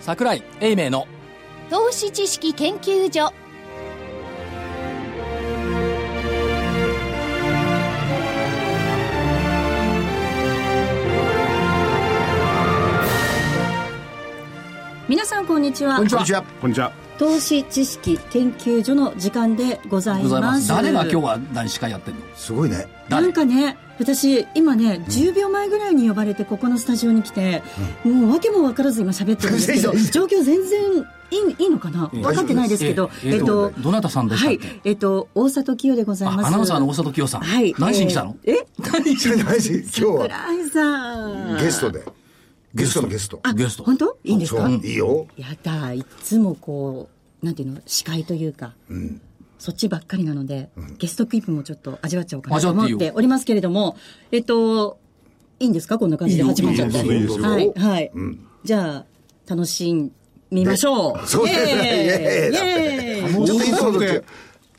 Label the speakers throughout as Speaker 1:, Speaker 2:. Speaker 1: 桜井英明の
Speaker 2: 投資知識研究所
Speaker 3: 皆さんこんにちは
Speaker 1: こんにちは
Speaker 4: こんにちは。
Speaker 3: 投資知識研究所の時間でござい
Speaker 1: ござい
Speaker 3: ま
Speaker 1: ますす誰が今日は何司会やってんの
Speaker 4: すごいね。
Speaker 3: な
Speaker 1: 誰
Speaker 3: んかね私今ね10秒前ぐらいに呼ばれてここのスタジオに来て、もう訳も分からず今喋ってるんですけど
Speaker 4: いやいや
Speaker 3: 状況全然いいいいのかな分かってないですけど
Speaker 1: えええっとどなたさんでした
Speaker 3: は
Speaker 1: っ
Speaker 3: い
Speaker 1: け
Speaker 3: えっと大里清でござい
Speaker 1: あ
Speaker 3: ます
Speaker 1: アナウンサーの大里清さん、
Speaker 3: はい
Speaker 1: 何しに来たの、
Speaker 3: えーえ
Speaker 1: 何し
Speaker 4: 今
Speaker 1: に
Speaker 4: 日は
Speaker 3: 桜井さん
Speaker 4: ゲストで。ゲストのゲスト。
Speaker 3: あ
Speaker 1: ゲスト
Speaker 3: 本当いいんです
Speaker 4: そ
Speaker 3: か
Speaker 4: う、いいよ。
Speaker 3: やだいつもこうなんていうの司会というか、そっちばっかりなので、ゲストクイップもちょっと味わっちゃおうかなと
Speaker 1: 味
Speaker 3: 思
Speaker 1: わっ
Speaker 3: っ
Speaker 1: ていい
Speaker 3: て
Speaker 1: よ
Speaker 3: おりますけれどもえっといいんですかこんな感じで始まっちゃって
Speaker 1: いい
Speaker 4: よいいですよ
Speaker 3: はいはい、
Speaker 4: ん
Speaker 3: じゃあ楽しみましょう
Speaker 4: そうですね
Speaker 3: イエーイ
Speaker 4: イエー
Speaker 3: イエーイ
Speaker 4: イだってもうちょっといいそうだけど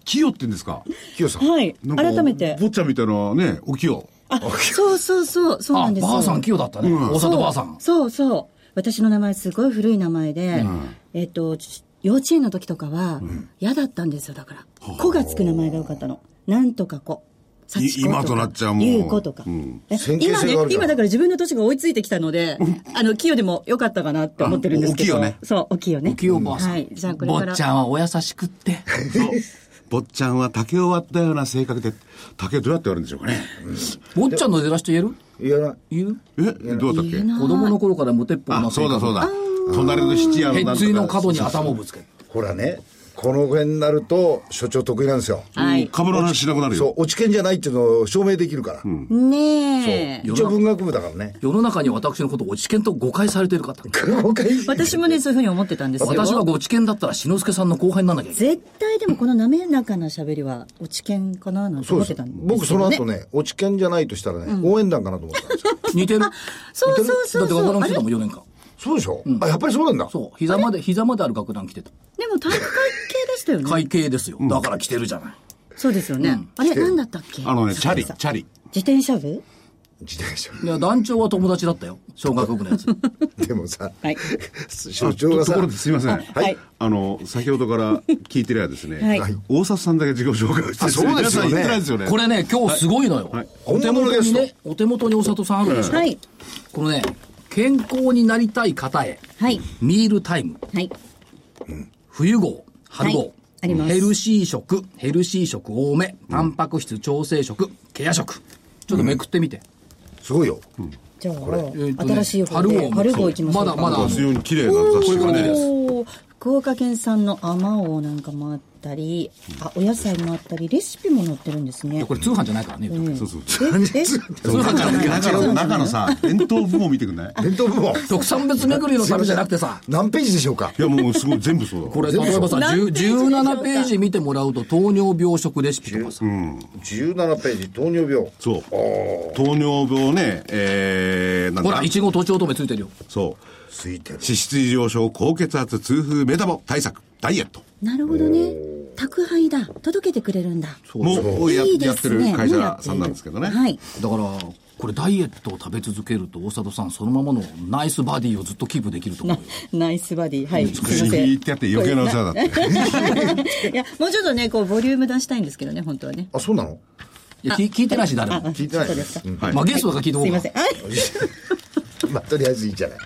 Speaker 5: キヨって言うんですか
Speaker 4: キヨさん。
Speaker 3: はい
Speaker 5: なんか
Speaker 3: 改めて
Speaker 5: 坊ちゃんみたいなね、おきよ。
Speaker 3: あそうそうそうそうな
Speaker 1: あ
Speaker 3: んですよ
Speaker 1: ばあさん清だったね、大里ばあさん
Speaker 3: そうそう。私の名前すごい古い名前で、えっ、と、ち幼稚園の時とかは嫌だったんですよ、だから。子がつく名前が多かったの。なんとか子。幸子
Speaker 5: い今となっちゃうもん
Speaker 3: ゆう子とか。え
Speaker 4: 先見
Speaker 3: 今
Speaker 4: 性
Speaker 3: ね
Speaker 4: があるから
Speaker 3: 今だから自分の年が追いついてきたので、あの、清でもよかったかなって思ってるんですけど。
Speaker 5: あおお清ね
Speaker 3: そう、お清ね。
Speaker 1: お清ばあさん
Speaker 3: はい。じゃあこれ
Speaker 1: 坊
Speaker 3: から。
Speaker 1: ちゃんはお優しくって
Speaker 5: 坊ちゃんは竹を割ったような性格で、竹どうやって割るんでしょうかね。
Speaker 1: 坊ちゃんの出だしと言える
Speaker 4: いやな、
Speaker 1: 言う
Speaker 5: えどうだったっけ
Speaker 1: 子供の頃から無鉄砲な
Speaker 5: あ、そうだそうだ。隣の質屋の
Speaker 1: へ
Speaker 5: な
Speaker 1: っ
Speaker 5: んとか
Speaker 1: ついの角に頭をぶつける
Speaker 4: ほらね、この辺になると、所長得意なんですよ。
Speaker 3: はい。
Speaker 5: 株の話しなくなる
Speaker 4: そ
Speaker 5: よ。
Speaker 4: う、落ち券じゃないっていうのを証明できるから。
Speaker 3: ねえ。
Speaker 4: 一応文学部だからね。
Speaker 1: 世の中に私のことを落研と誤解されてる方
Speaker 4: 公開
Speaker 3: 私もね、そういうふうに思ってたんですよ。
Speaker 1: 私はご知見だったら志の輔さんの後輩にならなきゃいけない
Speaker 3: 絶対でもこの滑らかな喋りは落ち見かななんて
Speaker 4: そう
Speaker 3: 思っ
Speaker 4: で
Speaker 3: て
Speaker 4: す
Speaker 3: たんですけど、ね、
Speaker 4: 僕その後ね、落ち券じゃないとしたらね、応援団かなと思ったん ですよ。
Speaker 1: 似てる
Speaker 3: そうそうそう
Speaker 1: だ
Speaker 3: そ
Speaker 1: って
Speaker 3: う
Speaker 1: 学ラン
Speaker 3: あ
Speaker 1: 着てた
Speaker 3: れで
Speaker 1: も
Speaker 3: も
Speaker 1: ん4年間
Speaker 4: そうでしょあ、やっぱりそうなんだ。
Speaker 1: そう膝まで膝まである学ラン着てた
Speaker 3: 体育会系でしたよね
Speaker 1: 会計ですよだから着てるじゃない
Speaker 3: そうですよね、あれ何だったっけ
Speaker 5: あのね、
Speaker 3: そ
Speaker 5: チャリ、チ
Speaker 3: 自
Speaker 5: ャリ。
Speaker 3: 転車部
Speaker 4: 自転車。
Speaker 1: いや団長は友達だったよ小学部のや つ
Speaker 4: でもさ、
Speaker 3: はい。
Speaker 4: 所長が
Speaker 5: あとと
Speaker 4: さ
Speaker 5: こ、ろですいません。はいあの、先ほどから聞いてりゃです
Speaker 3: はい
Speaker 5: ね
Speaker 3: はい、
Speaker 5: 大札さんだけ自己紹介をして
Speaker 4: あそうですよね
Speaker 5: 皆さん言ってないですよね。
Speaker 1: これね今日すごいのよ、
Speaker 5: はい
Speaker 1: お手元に
Speaker 4: 本物で
Speaker 1: ねお手元にお里さんあるでしょ、
Speaker 3: はい
Speaker 1: このね健康になりたい方へ
Speaker 3: はい
Speaker 1: ミールタイム
Speaker 3: はい
Speaker 1: 冬号春号、
Speaker 3: はいあります
Speaker 1: ヘルシー食ヘルシー食多めタンパク質調整食ケア食ちょっとめくってみて、
Speaker 4: すごいよ。
Speaker 3: じゃあ、
Speaker 1: えーとね
Speaker 3: 新しい方で
Speaker 1: 春号も
Speaker 3: 春号いきましょうか
Speaker 1: まだまだ
Speaker 5: なんか非常に綺麗な雑誌が
Speaker 1: これから
Speaker 5: ね
Speaker 1: ね。
Speaker 3: おー福岡県産のあまおうなんかもあったりあお野菜もあったりレシピも載ってるんですね
Speaker 1: これ通販じゃないからね、言うと
Speaker 5: そうそう。
Speaker 3: ええ
Speaker 5: そう中の中の中のさ、弁当部門見てくんない
Speaker 4: 弁当部門。
Speaker 1: 特産物巡りの旅じゃなくてさ
Speaker 4: 何ページでしょうか
Speaker 5: いやもうすごい全部そうだ。
Speaker 1: これ例えばさ
Speaker 3: 何
Speaker 1: 10
Speaker 3: ページでしょうか
Speaker 1: 17ページ見てもらうと糖尿病食レシピとかさ、
Speaker 4: 17ページ糖尿病
Speaker 5: そう。糖尿病ね、えー、なん
Speaker 1: ほ
Speaker 5: だ
Speaker 1: らいちごとちおとめついてるよ
Speaker 5: そう。
Speaker 4: ついてる
Speaker 5: 脂質異常症、高血圧、痛風、メタボ、対策、ダイエット。
Speaker 3: なるほどね宅配だ届けてくれるんだ
Speaker 5: もうや
Speaker 3: いいで
Speaker 5: やって
Speaker 3: す
Speaker 5: る
Speaker 3: ね
Speaker 5: 会社さんなんですけどね。
Speaker 3: はい
Speaker 1: だからこれダイエットを食べ続けると大里さんそのままのナイスバディをずっとキープできると 思うよ
Speaker 3: ナイスバディはいすいません
Speaker 5: 言ってやって余計なお世話だっ て。
Speaker 3: いや、もうちょっとね、こう、ボリューム出したいんですけどね、本当はね。
Speaker 4: あそうなの
Speaker 1: いや聞聞いてないし誰も
Speaker 4: 聞いてない
Speaker 3: そうですか。
Speaker 4: うん
Speaker 5: はい
Speaker 1: まあゲストだから聞いた方
Speaker 3: すいま
Speaker 1: が
Speaker 3: せん。はい。
Speaker 4: まあとりあえずいいじゃない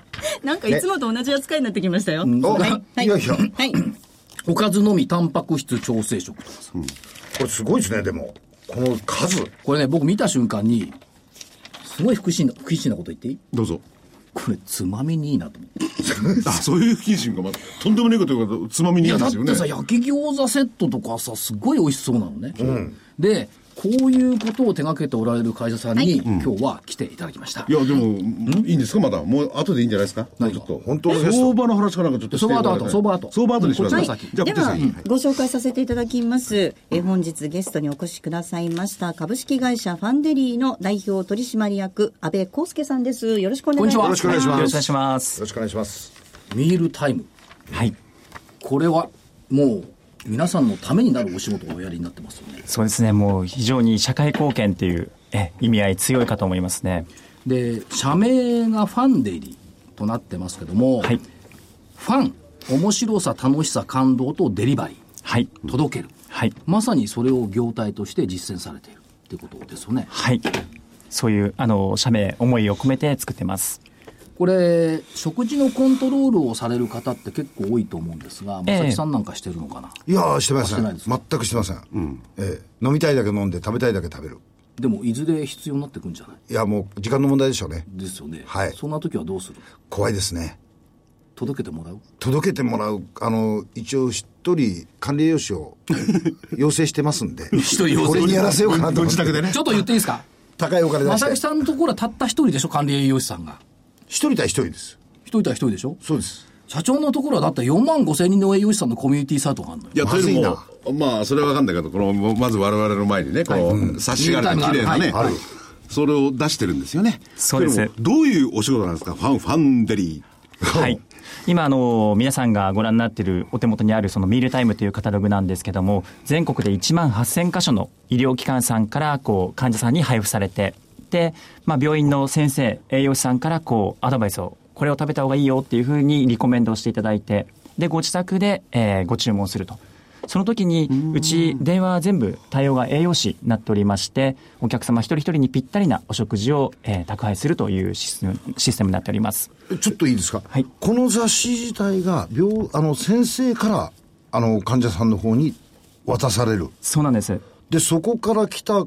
Speaker 3: なんかいつもと同じ扱いになってきましたよ。
Speaker 4: お
Speaker 3: はい。はい
Speaker 4: いやいや
Speaker 3: はい。
Speaker 1: おかずのみタンパク質調整食とかさ
Speaker 4: これすごいですねでもこの数
Speaker 1: これね僕見た瞬間にすごい不審な不謹慎なこと言っていい
Speaker 5: どうぞ。
Speaker 1: これつまみにいいなと思って
Speaker 5: あ、そういう不謹慎がまた、とんでもないことがつまみ
Speaker 1: い
Speaker 5: にいい
Speaker 1: や
Speaker 5: ん
Speaker 1: だ
Speaker 5: で
Speaker 1: っ
Speaker 5: すよね
Speaker 1: て。さ焼き餃子セットとかさすごい美味しそうなのね、でこういうことを手掛けておられる会社さんに、今日は来ていただきました
Speaker 5: いや、でも、いいんですかまだ。もう後でいいんじゃないですかもう
Speaker 1: 何
Speaker 5: ち
Speaker 1: が
Speaker 5: ょっと。
Speaker 4: 本当のゲスト
Speaker 5: 相場の話かなんかちょっとしてもらいたい
Speaker 1: 相場後
Speaker 5: 相場後にしま
Speaker 1: う
Speaker 5: す。
Speaker 1: ん
Speaker 3: は
Speaker 1: こっち
Speaker 3: い、
Speaker 5: じゃあ、
Speaker 3: で
Speaker 5: 小手さ
Speaker 3: は
Speaker 5: ん。
Speaker 3: ご紹介させていただきます、え本日ゲストにお越しくださいました株式会社ファンデリーの代表取締役安倍康介さんですよろしくお願いし
Speaker 1: こん
Speaker 3: ま
Speaker 1: に
Speaker 3: す
Speaker 1: ちはよろしくお
Speaker 6: よ
Speaker 1: 願
Speaker 6: ろ
Speaker 1: い
Speaker 6: しくお願いします。
Speaker 4: よろしくお願いします
Speaker 1: ミールタイム
Speaker 6: はい。
Speaker 1: これはもう皆さんのためになるお仕事をおやりになってますよね
Speaker 6: そうですね。もう非常に社会貢献っていうえ意味合い強いかと思いますね。
Speaker 1: で社名がファンデリーとなってますけども、
Speaker 6: はい
Speaker 1: フファン、面白さ、楽しさ、感動とデリバリ
Speaker 6: はい。
Speaker 1: ー、届ける。
Speaker 6: はい。
Speaker 1: まさにそれを業態として実践されているってことですよね。
Speaker 6: はい。そういう、あの、社名、思いを込めて作ってます。
Speaker 1: これ、食事のコントロールをされる方って結構多いと思うんですが、
Speaker 6: ええ
Speaker 1: 正木さんなんかしてるのかな、
Speaker 4: いやーしてませ
Speaker 1: して
Speaker 4: ん
Speaker 1: ないです
Speaker 4: 全くしてません、ええ飲みたいだけ飲んで食べたいだけ食べる
Speaker 1: でも、いずれ必要になってくんじゃない
Speaker 4: いやもう時間の問題でしょうね
Speaker 1: ですよね。
Speaker 4: はい
Speaker 1: そんな時はどうする
Speaker 4: 怖いですね
Speaker 1: 届けてもらう
Speaker 4: 届けてもらうあの一応一人管理栄養士を 要請してま すんで
Speaker 1: 人要請
Speaker 4: これにやらせようかなと
Speaker 5: ご
Speaker 4: 思っ
Speaker 5: 自
Speaker 4: て
Speaker 5: 宅でね
Speaker 1: ちょっと言っていいですか
Speaker 4: 高いお金出
Speaker 1: 正木
Speaker 4: して
Speaker 1: さんのところはたった一人でしょ管理栄養士さんが。
Speaker 4: 一人対一人です
Speaker 1: 一人対一人でしょ
Speaker 4: そうです
Speaker 1: 社長のところはだって4万5千人の栄養士さんのコミュニティサイトがあるのよ。
Speaker 5: いや、と
Speaker 4: まず
Speaker 5: い
Speaker 4: いうな
Speaker 5: のも、まあ、それはわかんないけど、この、まず我々の前にね、この、冊子がある
Speaker 1: うん
Speaker 5: 綺麗なね、
Speaker 1: はい
Speaker 4: はい
Speaker 5: それを出してるんですよね。
Speaker 6: そうです
Speaker 5: れもどういうお仕事なんですかファン、ファンデリ ー。
Speaker 6: はい。今、あの、皆さんがご覧になっているお手元にあるそのミールタイムというカタログなんですけども、全国で1万8000箇所の医療機関さんから、こう、患者さんに配布されて、で、まあ、病院の先生、栄養士さんから、こう、アドバイスを、これを食べた方がいいよっていうふうにリコメンドをしていただいて、で、ご自宅で、えーご注文すると。その時に、うち電話は全部対応が栄養士になっておりまして、お客様一人一人にぴったりなお食事を、えー宅配するというシステムシステムになっております。
Speaker 4: ちょっといいですか、
Speaker 6: はい
Speaker 4: この雑誌自体が病あの先生からあの患者さんの方に渡される
Speaker 6: そうなんです。
Speaker 4: でそこから来たあ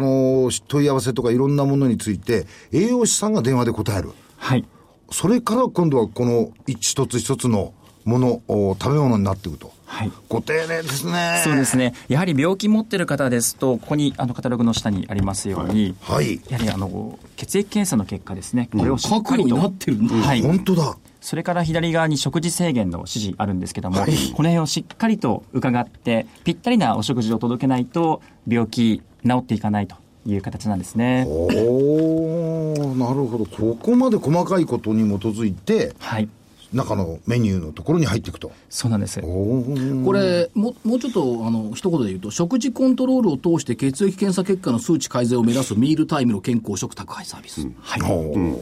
Speaker 4: の問い合わせとかいろんなものについて栄養士さんが電話で答える
Speaker 6: はい。
Speaker 4: それから今度はこの一つ一つのものお食べ物になっていくと
Speaker 6: はい。
Speaker 4: ご丁寧ですね
Speaker 6: そうですね。やはり病気持ってる方ですと、ここに、あの、カタログの下にありますように、
Speaker 4: はい
Speaker 6: やはり、あの、血液検査の結果ですね。これをしっかり
Speaker 1: 書くよう
Speaker 6: と。
Speaker 1: になってるんだ
Speaker 6: はい。
Speaker 4: 本当だ
Speaker 6: それから左側に食事制限の指示あるんですけども、
Speaker 4: はい
Speaker 6: この辺をしっかりと伺って、ぴったりなお食事を届けないと、病気治っていかないという形なんですね。
Speaker 4: おーなるほどここまで細かいことに基づいて
Speaker 6: はい。
Speaker 4: 中のメニューのところに入っていくと
Speaker 6: そうなんです。
Speaker 4: おー
Speaker 1: これも、もうちょっと、あの、一言で言うと、食事コントロールを通して血液検査結果の数値改善を目指すミールタイムの健康食宅配サービス。
Speaker 6: はい。
Speaker 4: おー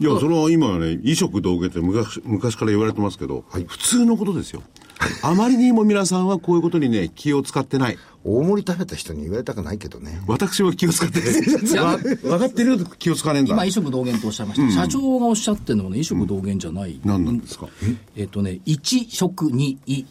Speaker 5: いや、それは今はね、医食同源って昔昔から言われてますけど、普通のことですよ。あまりにも皆さんはこういうことにね、気を使ってない。
Speaker 4: 大盛り食べた人に言われたくないけどね
Speaker 5: 私は気を使って
Speaker 1: や
Speaker 5: わ分かってるよ気を使わねえんだ
Speaker 1: 今、。異食同源とおっしゃいました。社長がおっしゃってるのはね、異食同源じゃない。
Speaker 5: 何なんですか
Speaker 1: えっとね、1食2胃。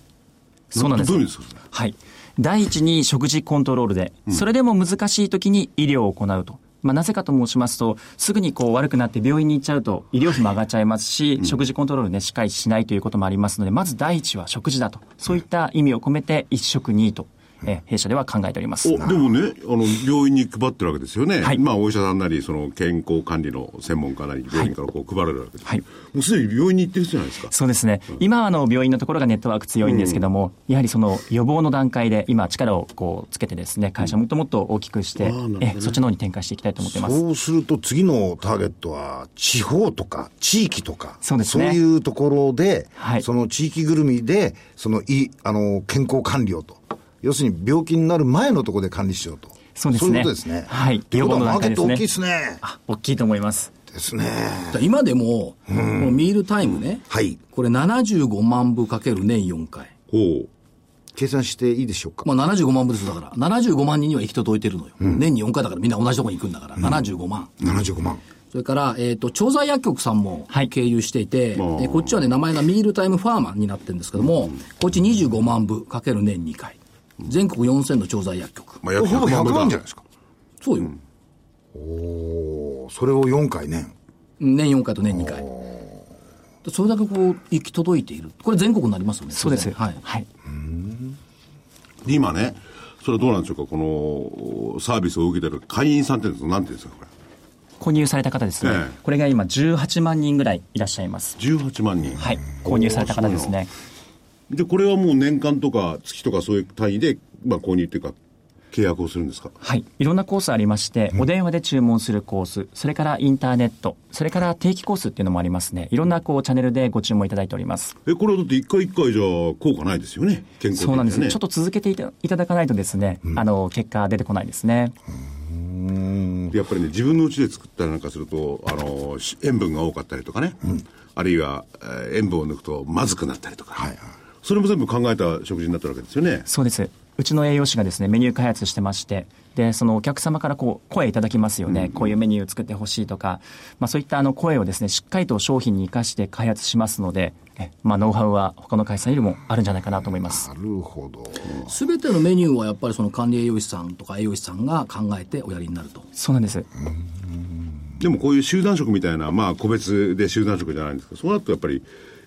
Speaker 6: そうなんです。
Speaker 5: どういう意味ですかそれ
Speaker 6: はい。第一に食事コントロールで、それでも難しい時に医療を行うと。まあ、なぜかと申しますと、すぐにこう悪くなって病院に行っちゃうと医療費も上がっちゃいますし、食事コントロールね、しっかりしないということもありますので、まず第一は食事だと。そういった意味を込めて、一食二と、えー弊社では考えております。
Speaker 5: おでもねあの病院に配ってるわけですよね、
Speaker 6: はい
Speaker 5: まあ、お医者さんなりその健康管理の専門家なり病院からこう配られるわけです、
Speaker 6: はい
Speaker 5: もうすでに病院に行ってるじゃないですか
Speaker 6: そうですね、今はあの病院のところがネットワーク強いんですけども、やはりその予防の段階で、今、力をこうつけて、ですね会社もっともっと大きくして、
Speaker 5: あーなるほどね
Speaker 6: えそっちの方に展開していきたいと思ってます。
Speaker 4: そうすると次のターゲットは地方とか地域とか
Speaker 6: そうですね
Speaker 4: そういうところで、
Speaker 6: はい
Speaker 4: その地域ぐるみでそのいあの健康管理をと要するに病気になる前のところで管理しようと
Speaker 6: そうですね
Speaker 4: いうことですね
Speaker 6: はい
Speaker 4: ということは
Speaker 6: 予防の
Speaker 4: マー
Speaker 6: 段
Speaker 4: ケ
Speaker 6: 階
Speaker 4: ッ
Speaker 6: です
Speaker 4: ト
Speaker 6: ね
Speaker 4: 大きいですね
Speaker 6: あ大きいと思います。
Speaker 4: ですね
Speaker 1: だから今でも、このミールタイムね、
Speaker 4: はい
Speaker 1: これ75万部かける年4回。
Speaker 5: ほう
Speaker 4: 計算していいでしょうか、
Speaker 1: まあ、75万部ですだから、75万人には行き届いてるのよ。年に4回だからみんな同じとこに行くんだから、75万。
Speaker 4: 75万
Speaker 1: それから、えっ、と、調剤薬局さんも
Speaker 6: はい
Speaker 1: 経由していて、
Speaker 5: ー
Speaker 1: でこっちはね、名前がミールタイムファーマンになってるんですけども、こっち25万部かける年2回。全国4000の調剤薬局。
Speaker 5: まあ、約
Speaker 4: ほぼ100
Speaker 5: 100
Speaker 4: 万
Speaker 5: 万
Speaker 4: じ
Speaker 5: じ
Speaker 4: ゃ
Speaker 5: ゃ
Speaker 4: ないですか
Speaker 1: そうよ。
Speaker 4: おそれを4回ね
Speaker 1: 年4回と年2回。でそれだけこう、行き届いている。これ全国になりますよね。
Speaker 6: そうです。
Speaker 1: 当然はい。
Speaker 6: はい。
Speaker 5: 今ねそれはどうなんでしょうかこのサービスを受けてる会員さんっていうんですかなんていうんですかこ
Speaker 6: 購入された方ですね。
Speaker 5: ええ
Speaker 6: これが今18万人ぐらいいらっしゃいます。
Speaker 5: れ18万人
Speaker 6: はい。購入された方ですね。
Speaker 5: でこれはもう年間とか月とかそういう単位で、まあ、購入っていうか契約をするんですか
Speaker 6: はい。いろんなコースありまして、お電話で注文するコース、それからインターネット、それから定期コースっていうのもありますね。いろんなこうチャンネルでご注文いただいております。
Speaker 5: えこれはだって一回一回じゃ効果ないですよね健康的
Speaker 6: そうなんです、
Speaker 5: ね
Speaker 6: ちょっと続けていたいただかないとですね、あの、結果出てこないですね。
Speaker 5: やっぱりね自分の家で作ったりなんかするとあのし塩分が多かったりとかね、あるいは、えー塩分を抜くとまずくなったりとか、それも全部考えた食事になってるわけですよね。
Speaker 6: そうです。うちの栄養士がですね、メニュー開発してまして、で、そのお客様からこう、声いただきますよね。こういうメニューを作ってほしいとか、まあそういったあの声をですね、しっかりと商品に活かして開発しますので、えまあノウハウは他の会社よりもあるんじゃないかなと思います。
Speaker 4: なるほど。
Speaker 1: すべてのメニューはやっぱりその管理栄養士さんとか栄養士さんが考えておやりになると。
Speaker 6: そうなんです。
Speaker 5: でもこういう集団食みたいな、まあ個別で集団食じゃないんですけど、そうなるとやっぱり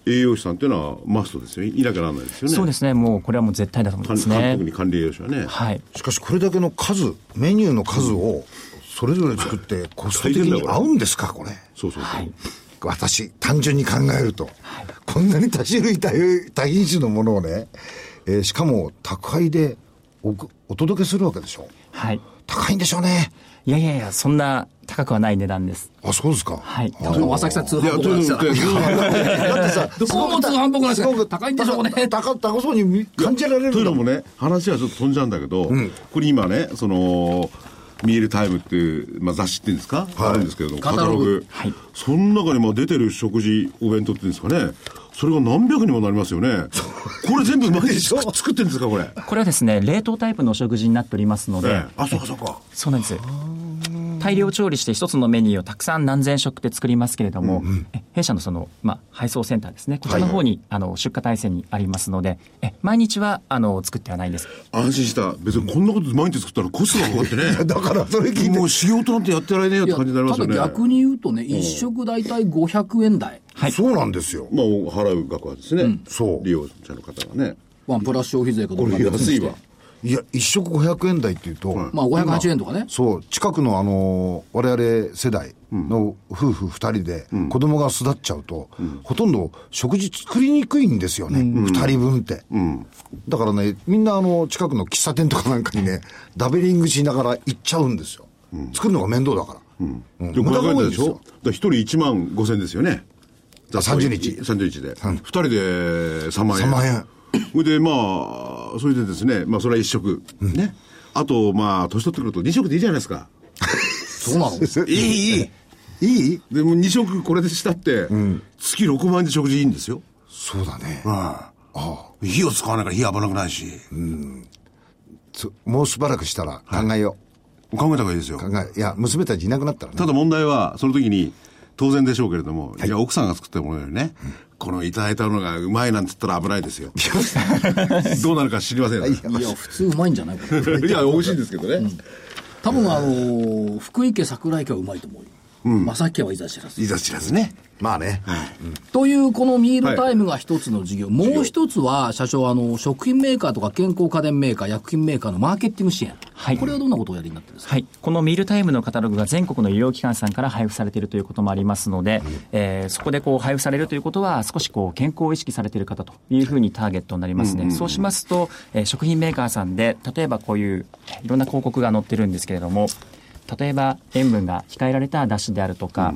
Speaker 5: 栄養士さんっていうのはマストですよね。いなきゃならないですよね。
Speaker 6: そうですね、もうこれはもう絶対だと思い
Speaker 5: 管
Speaker 6: ます
Speaker 5: 理監
Speaker 6: ね
Speaker 5: 督。に管理栄養士はね。
Speaker 6: はい。
Speaker 4: しかしこれだけの数、メニューの数をそれぞれ作ってコスト的に合うんですか、これ。
Speaker 5: そうそうそう。
Speaker 4: 私、単純に考えると。こんなに多種類多様多品種のものをね、えーしかも宅配でおくお届けするわけでしょ。
Speaker 6: はい。
Speaker 4: 高いんでしょうね。
Speaker 6: いやいやいや、そんな高くはない値段です。
Speaker 4: あ、そうですか。
Speaker 6: はい。
Speaker 1: 多分浅木さん通
Speaker 5: いや、
Speaker 1: 販
Speaker 5: と
Speaker 1: とか
Speaker 5: に
Speaker 1: し
Speaker 5: か
Speaker 1: た
Speaker 5: く、
Speaker 1: ら。
Speaker 4: だってさ、
Speaker 1: どこも通販っぽくないですか
Speaker 4: すごく
Speaker 1: 高いんでしょうね
Speaker 4: 高高高そうに見感じられるんだ
Speaker 5: というの
Speaker 4: もん
Speaker 5: もね、話はちょっと飛んじゃうんだけど、これ今ね、その、ミールタイムっていう、まあ、雑誌っていうんですか、あるんですけれども、
Speaker 1: カ
Speaker 5: カ
Speaker 1: タ
Speaker 5: タ
Speaker 1: ロ
Speaker 5: ロ
Speaker 1: グ
Speaker 5: グ。
Speaker 6: はい
Speaker 5: その中にまあ出てる食事、お弁当っていうんですかね、それが何百にもなりますよね。これ全部毎日作作ってるんですか、これ。
Speaker 6: これはですね、冷凍タイプのお食事になっておりますので、
Speaker 5: ええあ、そうかそうか。
Speaker 6: そうなんです。大量調理して一つのメニューをたくさん何千食って作りますけれども、え弊社のその、まあ、配送センターですね、こちらの方に、あの出荷体制にありますので、え毎日はあの作ってはないんです。
Speaker 5: 安心した。別にこんなこと毎日作ったらコストがかかって ね。
Speaker 4: だからそれ聞いて
Speaker 5: もう仕事なんてやってられねえよ
Speaker 1: い
Speaker 5: って
Speaker 1: や
Speaker 5: 感じになります
Speaker 1: た
Speaker 5: よ
Speaker 1: だ
Speaker 5: ね。
Speaker 1: 逆に言うとね、一食大体500円台。
Speaker 6: はい
Speaker 4: そうなんですよ。
Speaker 5: まあ、お払う額はですね、
Speaker 4: そう
Speaker 5: 利用者の方がね。
Speaker 1: ワンプラス消費税かど
Speaker 5: こ
Speaker 1: うか
Speaker 5: れ安いわ。。
Speaker 4: いや、一食500円台っていうと、
Speaker 1: まあ580円とかね。
Speaker 4: そう、近くのあの、我々世代の夫婦二人で、子供が巣立っちゃうと、ほとんど食事作りにくいんですよね、二、人分って、だからね、みんなあの、近くの喫茶店とかなんかにね、ダベリングしながら行っちゃうんですよ。作るのが面倒だから。うん
Speaker 5: で、
Speaker 4: 無駄が多い
Speaker 5: 500円
Speaker 4: ん
Speaker 5: で
Speaker 4: で
Speaker 5: し
Speaker 4: す
Speaker 5: ょだ
Speaker 4: よ
Speaker 5: か。ら一人1万5千ですよね。
Speaker 4: あ30日
Speaker 5: 30日で。2人で3万円。
Speaker 4: 3万円。
Speaker 5: それで、まあ、それでですね、まあ、それは1食。ね。あと、まあ、年取ってくると2食でいいじゃないですか。
Speaker 1: そうなの
Speaker 5: いい、いい。
Speaker 4: いい
Speaker 5: でも2食これでしたって、月6万円で食事いいんですよ。
Speaker 4: そうだね。
Speaker 5: ああ。火を使わないから火危なくないし。
Speaker 4: つもうしばらくしたら考えよ
Speaker 5: 考えた方がいいですよ
Speaker 4: う。。考え、いや、娘たちいなくなったらね。
Speaker 5: ただ問題は、その時に、当然でしょうけれども、い、や、奥さんが作ったものよりね、このいただいたのがうまいなんて言ったら危ない ですよ。どうなるか知りませんよ。い
Speaker 1: いや、普通うまいんじゃないこれ。
Speaker 5: や、美味しいんですけどね。
Speaker 1: 多分あのー福井家桜井家はうまいと思うよ。正木家はいざ知らず。
Speaker 5: いざ知らずね。
Speaker 4: まあね。
Speaker 1: というこのミールタイムが一つの事業、もう一つは社長あの食品メーカーとか健康家電メーカー薬品メーカーのマーケティング支援、
Speaker 6: はい
Speaker 1: これはどんなことをおやりになってるんですか、
Speaker 6: はい、このミールタイムのカタログが全国の医療機関さんから配布されているということもありますので、えーそこでこう配布されるということは、少しこう健康を意識されている方というふうにターゲットになりますね、そうしますと、えー食品メーカーさんで、例えばこういういろんな広告が載ってるんですけれども、例えば塩分が控えられただしであるとか、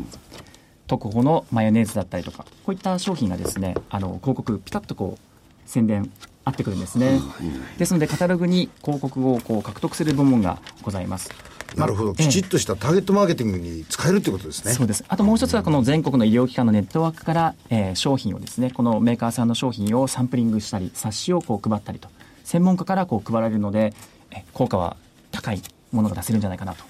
Speaker 6: 特保のマヨネーズだったりとか、こういった商品がですね、あの広告、ピタッとこう宣伝、合ってくるんですね。ですので、カタログに広告をこう獲得する部門がございます。
Speaker 4: なるほど。きちっとしたターゲットマーケティングに使えるってことですね。
Speaker 6: そうですあともう一つはこの全国の医療機関のネットワークから、えー商品をですねこのメーカーさんの商品をサンプリングしたり冊子をこう配ったりと専門家からこう配られるので、えー効果は高いものが出せるんじゃないかなと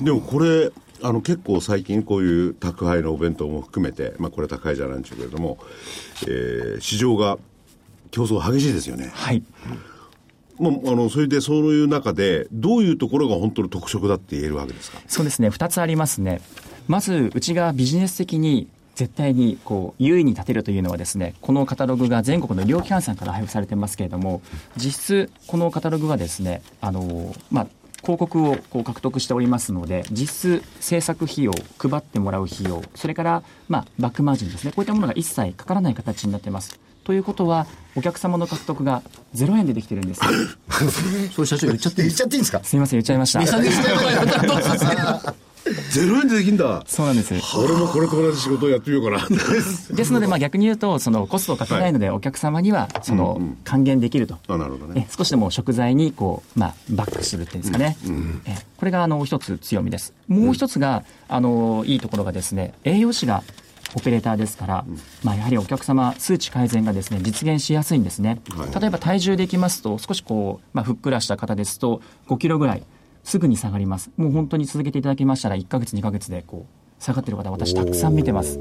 Speaker 5: でもこれ、あの、結構最近こういう宅配のお弁当も含めて、まあ、これ宅配じゃないんでしょうけれども、えー市場が競争激しいですよね。
Speaker 6: はい
Speaker 5: まあ、あの、それでそういう中で、どういうところが本当の特色だって言えるわけですか
Speaker 6: そうですね2つありますねまずうちがビジネス的に絶対にこう優位に立てるというのはですねこのカタログが全国の医療機関さんから配布されてますけれども実質このカタログはですねあのまあ広告をこう獲得しておりますので実質制作費用配ってもらう費用それからまあバックマージンですねこういったものが一切かからない形になってますということはお客様の獲得が0円でできてるんです
Speaker 1: それ社長言っちゃっていいん
Speaker 4: 言っ
Speaker 1: です
Speaker 4: ちゃっていいんですか
Speaker 6: すいません言っちゃいました
Speaker 1: か値下げしたいとか言われたらどうするんですか
Speaker 5: 0円でできんだ
Speaker 6: そうなんです
Speaker 5: 俺もこれと同じ仕事をやってみようか な
Speaker 6: ですので、まあ、逆に言うとそのコストをかけないのでお客様にはその還元できると、
Speaker 5: あなるほどね
Speaker 6: え少しでも食材にこう、まあ、バックするっていうんですかね、えこれがあの一つ強みですもう一つが、あのいいところがですね栄養士がオペレーターですから、まあ、やはりお客様数値改善がですね実現しやすいんですね、例えば体重でいきますと少しこう、まあ、ふっくらした方ですと5キロぐらいすぐに下がりますもう本当に続けていただきましたら1ヶ月2ヶ月でこう下がってる方私たくさん見てます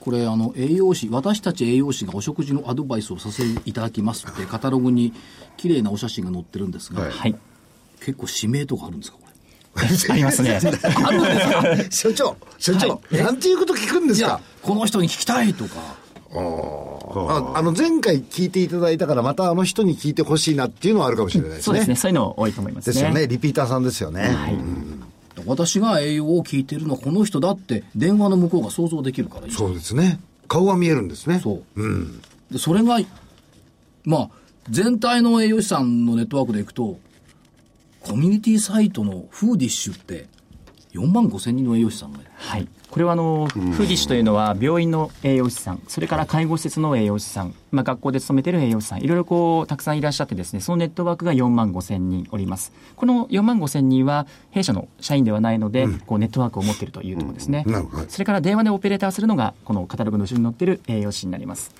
Speaker 1: これあの栄養士私たち栄養士がお食事のアドバイスをさせていただきますってカタログに綺麗なお写真が載ってるんですが、
Speaker 6: はい
Speaker 1: 結構指名とかあるんですかこれ
Speaker 6: ありま すね。
Speaker 1: あるんですか
Speaker 4: 所長所長、なんていうこと聞くんで
Speaker 1: い
Speaker 4: す
Speaker 1: や
Speaker 4: か
Speaker 1: この人に聞きたいとか
Speaker 4: ああの前回聞いていただいたからまたあの人に聞いてほしいなっていうのはあるかもしれないですね
Speaker 6: そうですね。そういうの多いと思います
Speaker 4: で
Speaker 6: ね。
Speaker 4: すよねリピーターさんですよね、
Speaker 6: はい。
Speaker 1: 私が栄養を聞いてるのはこの人だって電話の向こうが想像できるから
Speaker 4: そうですね顔が見えるんですね
Speaker 1: そう、でそれがまあ全体の栄養士さんのネットワークでいくとコミュニティサイトのフーディッシュって4万5千人の栄養士さんがいる
Speaker 6: はい。これはあの、フーディッシュというのは病院の栄養士さん、それから介護施設の栄養士さん、まあ学校で勤めてる栄養士さん、いろいろこう、たくさんいらっしゃってですね、そのネットワークが4万5千人おります。この4万5千人は弊社の社員ではないので、こう、ネットワークを持っているというところですね。
Speaker 4: なるほど
Speaker 6: それから電話でオペレーターするのが、このカタログの後ろに載ってる栄養士になります。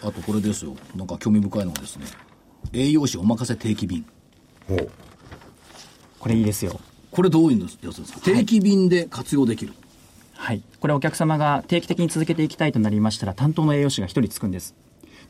Speaker 1: あとこれですよなんか興味深いのがですね栄養士お任せ定期便
Speaker 4: ほう
Speaker 6: これいいですよ。
Speaker 1: これどういうやつですか定期便で活用できる、
Speaker 6: はい、これお客様が定期的に続けていきたいとなりましたら担当の栄養士が1人つくんです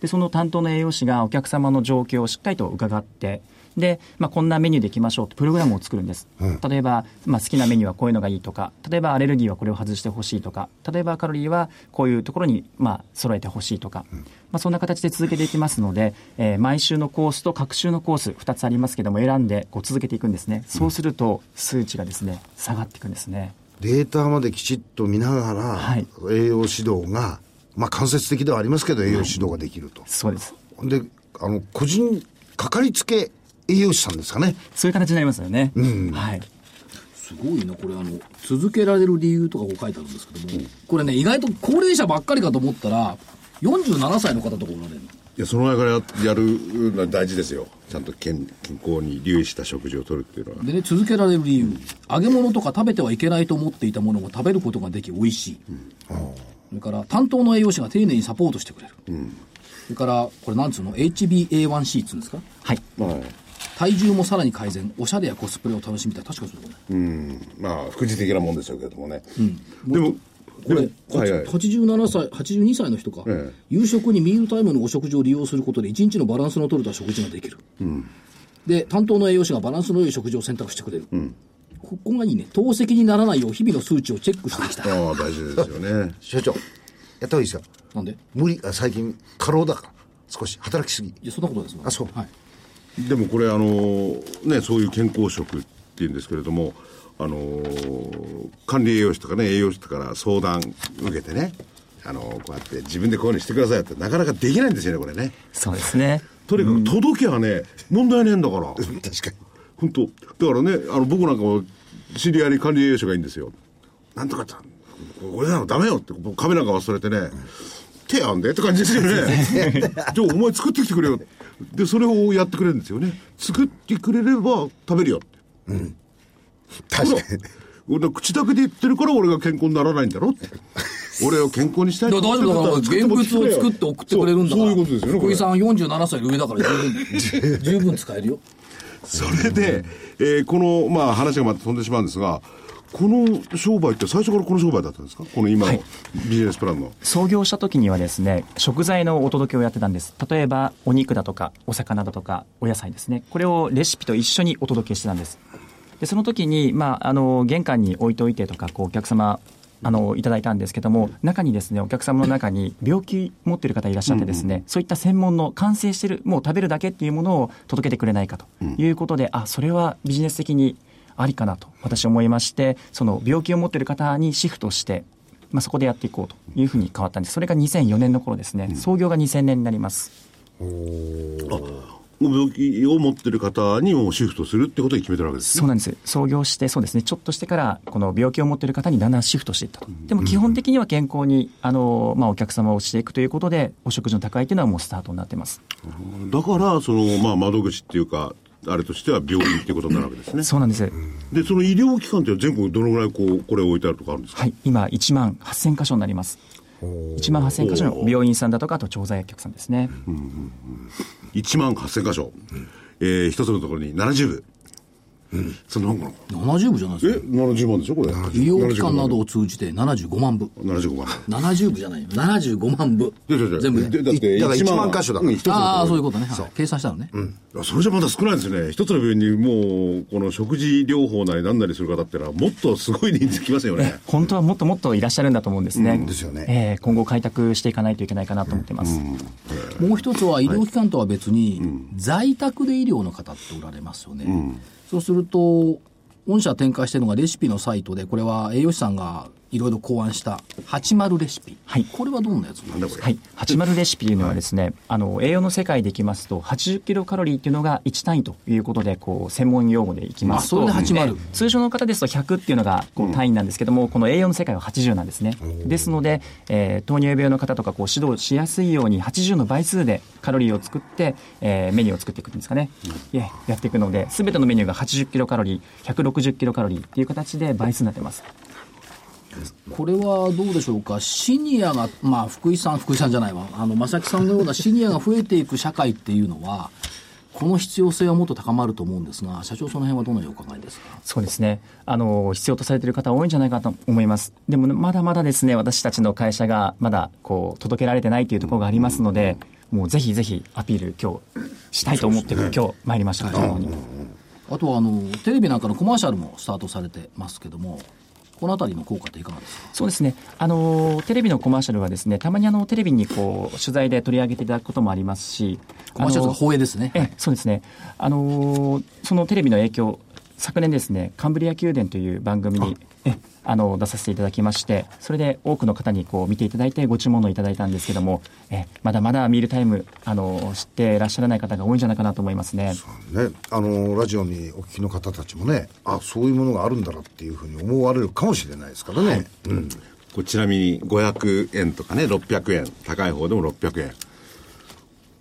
Speaker 6: でその担当の栄養士がお客様の状況をしっかりと伺ってで、まあ、こんなメニューでいきましょうってプログラムを作るんです、例えば、まあ、好きなメニューはこういうのがいいとか例えばアレルギーはこれを外してほしいとか例えばカロリーはこういうところに、まあ、揃えてほしいとか、まあ、そんな形で続けていきますので、えー毎週のコースと各週のコース2つありますけども選んでこう続けていくんですねそうすると数値がですね下がっていくんですね、
Speaker 4: データまできちっと見ながら、
Speaker 6: はい
Speaker 4: 栄養指導が、まあ、間接的ではありますけど、栄養指導ができると。
Speaker 6: そうです
Speaker 4: で、あの、個人、かかりつけ栄養士さんですかね。
Speaker 6: そういう形になりますよね。はい。
Speaker 1: すごいなこれあの続けられる理由とかこう書いてあるんですけども、これね意外と高齢者ばっかりかと思ったら47歳の方とかおられるの
Speaker 5: いやその前からややるのは大事ですよちゃんと健健康に留意した食事をとるっていうのは
Speaker 1: でね、続けられる理由、揚げ物とか食べてはいけないと思っていたものも食べることができ、美味しい。それから、担当の栄養士が丁寧にサポートしてくれる。それから、これなんつうの ?HbA1c っつうんですか
Speaker 6: はい。
Speaker 1: 体重もさらに改善、おしゃれやコスプレを楽しみたい。確かにそうだね。
Speaker 5: まあ副次的なもんでしょうけれどもね、でも
Speaker 1: これ
Speaker 5: で、もはいはい
Speaker 1: 87歳、82歳の人か、
Speaker 5: ええ
Speaker 1: 夕食にミールタイムのお食事を利用することで、一日のバランスの取れた食事ができる、で、担当の栄養士がバランスの良い食事を選択してくれる、ここがいいね、透析にならないよう、日々の数値をチェックしてきた、
Speaker 5: ああ大事ですよね
Speaker 4: 所長、やった方がいいですよ。
Speaker 1: なんで、
Speaker 4: 無理、あ最近、過労だから、少し働きすぎ。
Speaker 1: いや、そんなことないです
Speaker 4: あそう
Speaker 1: はい、
Speaker 5: でもこれあのねそういう健康食っていうんですけれどもあの管理栄養士とかね栄養士とかから相談受けてねあのこうやって自分でこういうふうにしてくださいってなかなかできないんですよねこれね
Speaker 6: そうですね。
Speaker 5: とにかく届きゃね、問題ねえんだから
Speaker 4: 確かに。
Speaker 5: 本当だからねあの僕なんかも知り合いに管理栄養士がいいんですよなんとかちゃん俺なのダメよって僕カメラが忘れてね手あんでって感じですよね じゃあお前作ってきてくれよでそれをやってくれるんですよね作ってくれれば食べるよって
Speaker 4: 確
Speaker 5: ほら
Speaker 4: かに。
Speaker 5: 俺は口だけで言ってるから俺が健康にならないんだろって 俺を健康にしたい
Speaker 1: いや大丈夫だから、現物を作って送ってくれるんだから、
Speaker 5: そうそういうことですよねこ
Speaker 1: 福
Speaker 5: れ
Speaker 1: 井さん47歳の上だから十 分、十分使えるよ。
Speaker 5: それで、えーこの、まあ、話がまた飛んでしまうんですが、この商売って最初からこの商売だったんですかこの今のビジネスプランの。
Speaker 6: 創業した時にはですね、食材のお届けをやってたんです。例えば、お肉だとか、お魚だとか、お野菜ですね。これをレシピと一緒にお届けしてたんです。で、その時に、まあ、あの、玄関に置いておいてとか、こう、お客様、あの、いただいたんですけども、中にですね、お客様の中に病気持ってる方いらっしゃってですね、そういった専門の完成してる、もう食べるだけっていうものを届けてくれないかということで、あ、それはビジネス的にありかなと私思いまして、その病気を持ってる方にシフトして、まあ、そこでやっていこうというふうに変わったんです。それが2004年の頃ですね。創業が2000年になります。
Speaker 5: 病気を持ってる方にもシフトするってことに決めてるわけですね。
Speaker 6: そうなんです創業して、そうですね、ちょっとしてから、この病気を持っている方にだんだんシフトしていったと、でも基本的には健康にあの、まあ、お客様をしていくということで、お食事の高いというのはもうスタートになってます。
Speaker 5: だから、その、まあ、窓口っていうか、あれとしては病院っていうことになるわけですね。
Speaker 6: そうなんです、
Speaker 5: で、その医療機関って全国どのぐらいこう、これ置いてあるとかあるんですか
Speaker 6: はい、今、1万8000箇所になります。1万8000箇所の病院さんだとか、あと調剤薬局さんですね。
Speaker 5: 1万8000箇所、えー、一つのところに70部、そんなもんかな
Speaker 1: 70部じゃない
Speaker 5: え
Speaker 1: ですか。
Speaker 5: 70万でしょこれ医
Speaker 1: 医療機関などを通じて75万部。
Speaker 5: 75万
Speaker 1: 70部じゃないよ。75万部。
Speaker 5: いやいやいや
Speaker 1: 全部
Speaker 5: で
Speaker 1: で。
Speaker 5: だって
Speaker 4: だから
Speaker 5: 1
Speaker 4: 1万箇所だから
Speaker 5: うん一つのところ
Speaker 1: ああ、そういうことね。はい計算したのね。
Speaker 5: あそれじゃまだ少ないですね一つの病院にもうこの食事療法なりなんなりする方ってのはもっとすごい人数きますよ ね
Speaker 6: 本当はもっともっといらっしゃるんだと思うんですね。
Speaker 4: ですよね
Speaker 6: ええ今後開拓していかないといけないかなと思ってます。
Speaker 1: もう一つは医療機関とは別に、在宅で医療の方っておられますよね。そうすると、御社展開してるのがレシピのサイトで、これは栄養士さんがいろいろ考案した80レシピ。
Speaker 6: はい
Speaker 1: これはどんなやつなんですか
Speaker 6: はい、80レシピというのはですね、あの栄養の世界でいきますと80キロカロリーというのが1単位ということでこう専門用語でいきますと
Speaker 1: あそれで80
Speaker 6: えー通常の方ですと100っていうのがこう単位なんですけども、この栄養の世界は80なんですねですので、えー糖尿病の方とかこう指導しやすいように80の倍数でカロリーを作って、えーメニューを作っていくんですかね、いえやっていくので全てのメニューが80キロカロリー160キロカロリーっていう形で倍数になってます
Speaker 1: これはどうでしょうか、シニアが、まあ、福井さん、福井さんじゃないわ、あの正木さんのようなシニアが増えていく社会っていうのは、この必要性はもっと高まると思うんですが、社長、その辺はどのようにお考えですか。
Speaker 6: そうですねあの必要とされている方多いんじゃないかと思いますでもねまだまだですね私たちの会社がまだこう届けられてないというところがありますので、もうぜひぜひアピール今日したいと思って、今日参りましたというのに
Speaker 1: あとはあのテレビなんかのコマーシャルもスタートされてますけども、このあたりの効果っていかがですか。
Speaker 6: そうですねあのテレビのコマーシャルはですねたまにあのテレビにこう取材で取り上げていただくこともありますし
Speaker 1: コマーシャルと
Speaker 6: あの
Speaker 1: か放映ですね。
Speaker 6: ええそうですね、あのーそのテレビの影響、昨年ですね、カンブリア宮殿という番組に、ええあの出させていただきまして、それで多くの方にこう見ていただいて、ご注文をいただいたんですけども、ええまだまだミールタイム、あの知ってらっしゃらない方が多いんじゃないかなと思いますね。
Speaker 4: ね、あのラジオにお聞きの方たちもねあそういうものがあるんだなっていうふうに思われるかもしれないですからね、うん、
Speaker 5: これちなみに500円とかね600円高い方でも600円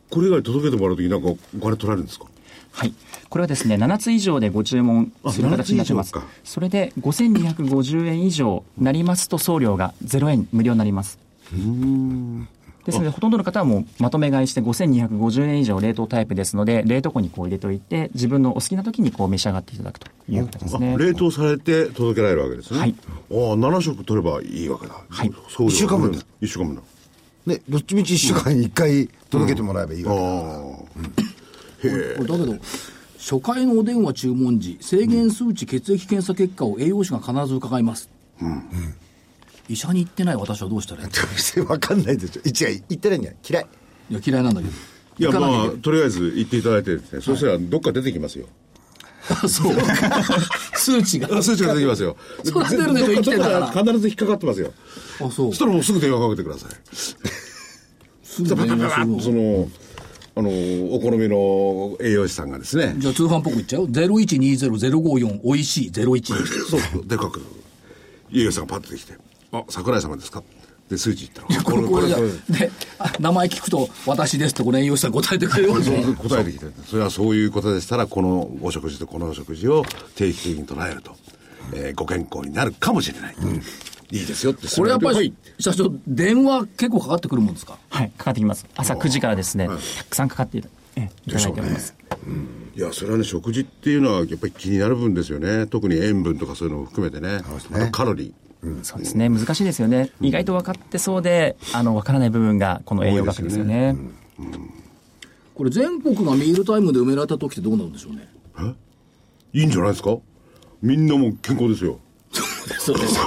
Speaker 5: これ以外届けてもらうときなんかお金取られるんですか
Speaker 6: はい、これはですね7つ以上でご注文する
Speaker 5: あ
Speaker 6: 形になってま
Speaker 5: 7
Speaker 6: す
Speaker 5: つ以上か
Speaker 6: それで5250円以上なりますと送料が0円無料になりますですのでほとんどの方はもうまとめ買いして5250円以上冷凍タイプですので冷凍庫にこう入れといて自分のお好きな時にこう召し上がっていただくという形ですね
Speaker 5: あ冷凍されて届けられるわけですね、
Speaker 6: はい
Speaker 5: ああ7食取ればいいわけだ
Speaker 6: はい
Speaker 5: そう
Speaker 4: 一週間分だ
Speaker 5: 1週間分だ
Speaker 4: ねどっちみち1週間に1回届けてもらえばいいわけだか
Speaker 1: これ
Speaker 4: ら、
Speaker 1: だけど初回のお電話注文時制限数値血液検査結果を栄養士が必ず伺います、医者に行ってない私はどうしたらいいの
Speaker 4: 店わかんないでしょ一概言ってないんじゃない嫌い
Speaker 1: いや嫌いなんだけど
Speaker 5: い
Speaker 1: 行
Speaker 5: や
Speaker 1: かなきゃ
Speaker 5: ま
Speaker 1: い
Speaker 5: あ
Speaker 1: けない
Speaker 5: とりあえず行っていただいてですね、そしたらどっか出てきますよ
Speaker 1: あ そう 数値が
Speaker 5: あ数値が出てきますよ
Speaker 1: そら出るでしょ生きてんだから
Speaker 5: どっ必ず引っかかってますよ
Speaker 1: あそう
Speaker 5: そしたらもうすぐ電話かけてください
Speaker 1: すぐ
Speaker 5: パパパ
Speaker 1: 電
Speaker 5: パ
Speaker 1: 話す
Speaker 5: パ
Speaker 1: るの
Speaker 5: そのあのお好みの栄養士さんがですね
Speaker 1: じゃあ通販っぽくいっちゃう0120054おいしい01
Speaker 5: そうでかく栄養士さんがパッと来て「あ桜井様ですか?」で数値言ったら「こ
Speaker 1: これこれじゃ
Speaker 5: これ
Speaker 1: であ名前聞くと「私です」ってこれ栄養士さん答えてくれるわけ
Speaker 5: そう
Speaker 1: ね
Speaker 5: そう答えてきてそれはそういうことでしたらこのお食事とこのお食事を定期的に捉えると、えーご健康になるかもしれない、いいですよって
Speaker 1: これやっぱ
Speaker 5: は
Speaker 1: り
Speaker 5: い
Speaker 1: 社長電話結構かかってくるもんですか
Speaker 6: はいかかってきます朝9時からですね
Speaker 5: はい
Speaker 6: たくさんかかっていたええいただいております、
Speaker 5: いやそれはね食事っていうのはやっぱり気になる分ですよね特に塩分とかそういうのも含めてね
Speaker 4: です
Speaker 5: あ
Speaker 4: ね
Speaker 5: とカロリー、
Speaker 6: そうですね難しいですよね意外と分かってそうであの分からない部分がこの栄養学ですよね
Speaker 1: これ全国がミールタイムで埋められた時ってどうなるんでしょう ね
Speaker 5: いいんじゃないですかみんなもう健康ですよ
Speaker 1: そうです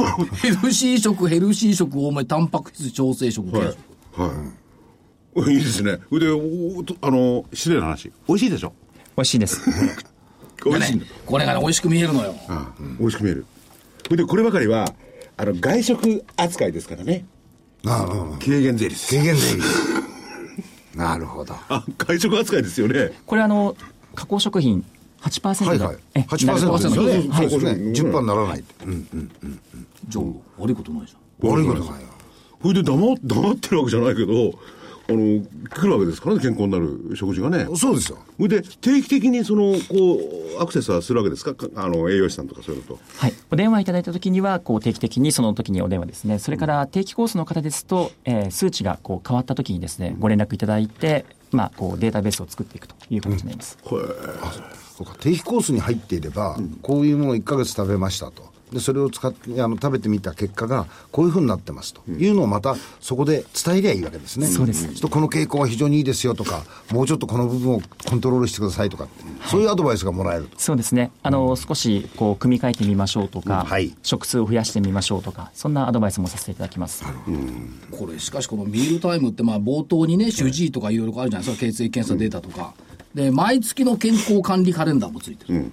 Speaker 1: ヘルシー食ヘルシー食多めタンパク質調整食、
Speaker 5: はい
Speaker 1: 軽食
Speaker 5: はい、いいですねでおおとあの失礼な話美味しいでしょ
Speaker 6: 美味しいです
Speaker 5: 美味しいん
Speaker 1: ね
Speaker 5: だ、
Speaker 1: これがね美味しく見えるのよ
Speaker 5: ああ美味しく見えるそれでこればかりはあの外食扱いですからね
Speaker 4: ああああ
Speaker 5: 軽減税率
Speaker 4: 軽減でいい なるほど。
Speaker 5: あ、会食扱いですよね。
Speaker 6: これあの加工食品8%
Speaker 4: はい
Speaker 6: が、
Speaker 4: はい。
Speaker 6: え
Speaker 4: 8%ですよね。
Speaker 5: は
Speaker 4: そう
Speaker 5: い
Speaker 4: ですね。
Speaker 5: うん
Speaker 4: 10%にならないって。うん
Speaker 1: じゃあ、悪いことないじゃん。
Speaker 4: 悪いことないよ。
Speaker 5: それで黙っ黙ってるわけじゃないけど、あの、来るわけですからね、健康になる食事がね。
Speaker 4: そうですよ。
Speaker 5: それで、定期的にその、こう、アクセスはするわけですかかあの、栄養士さんとかそういうのと。
Speaker 6: はい、お電話いただいた時にはこう定期的にその時にお電話ですねそれから定期コースの方ですと、えー数値がこう変わった時にですねご連絡いただいて、まあ、こうデータベースを作っていくという形になります、
Speaker 4: そうか定期コースに入っていれば、こういうものを1ヶ月食べましたと。で、それを使って、あの、食べてみた結果が、こういうふうになってますと。いうのをまた、そこで伝えりゃいいわけですね。
Speaker 6: そうです
Speaker 4: ちょっとこの傾向は非常にいいですよとか、もうちょっとこの部分をコントロールしてくださいとかって、そういうアドバイスがもらえると。
Speaker 6: そうですねあの少しこう組み替えてみましょうと
Speaker 4: う
Speaker 6: か、
Speaker 4: んはい
Speaker 6: 食数を増やしてみましょうとかそんなアドバイスもさせていただきます
Speaker 1: これ、しかしこのミールタイムって、まあ、冒頭にね、主治医とかいろいろあるじゃないですか、血液検査データとか。で、毎月の健康管理カレンダーもついてる。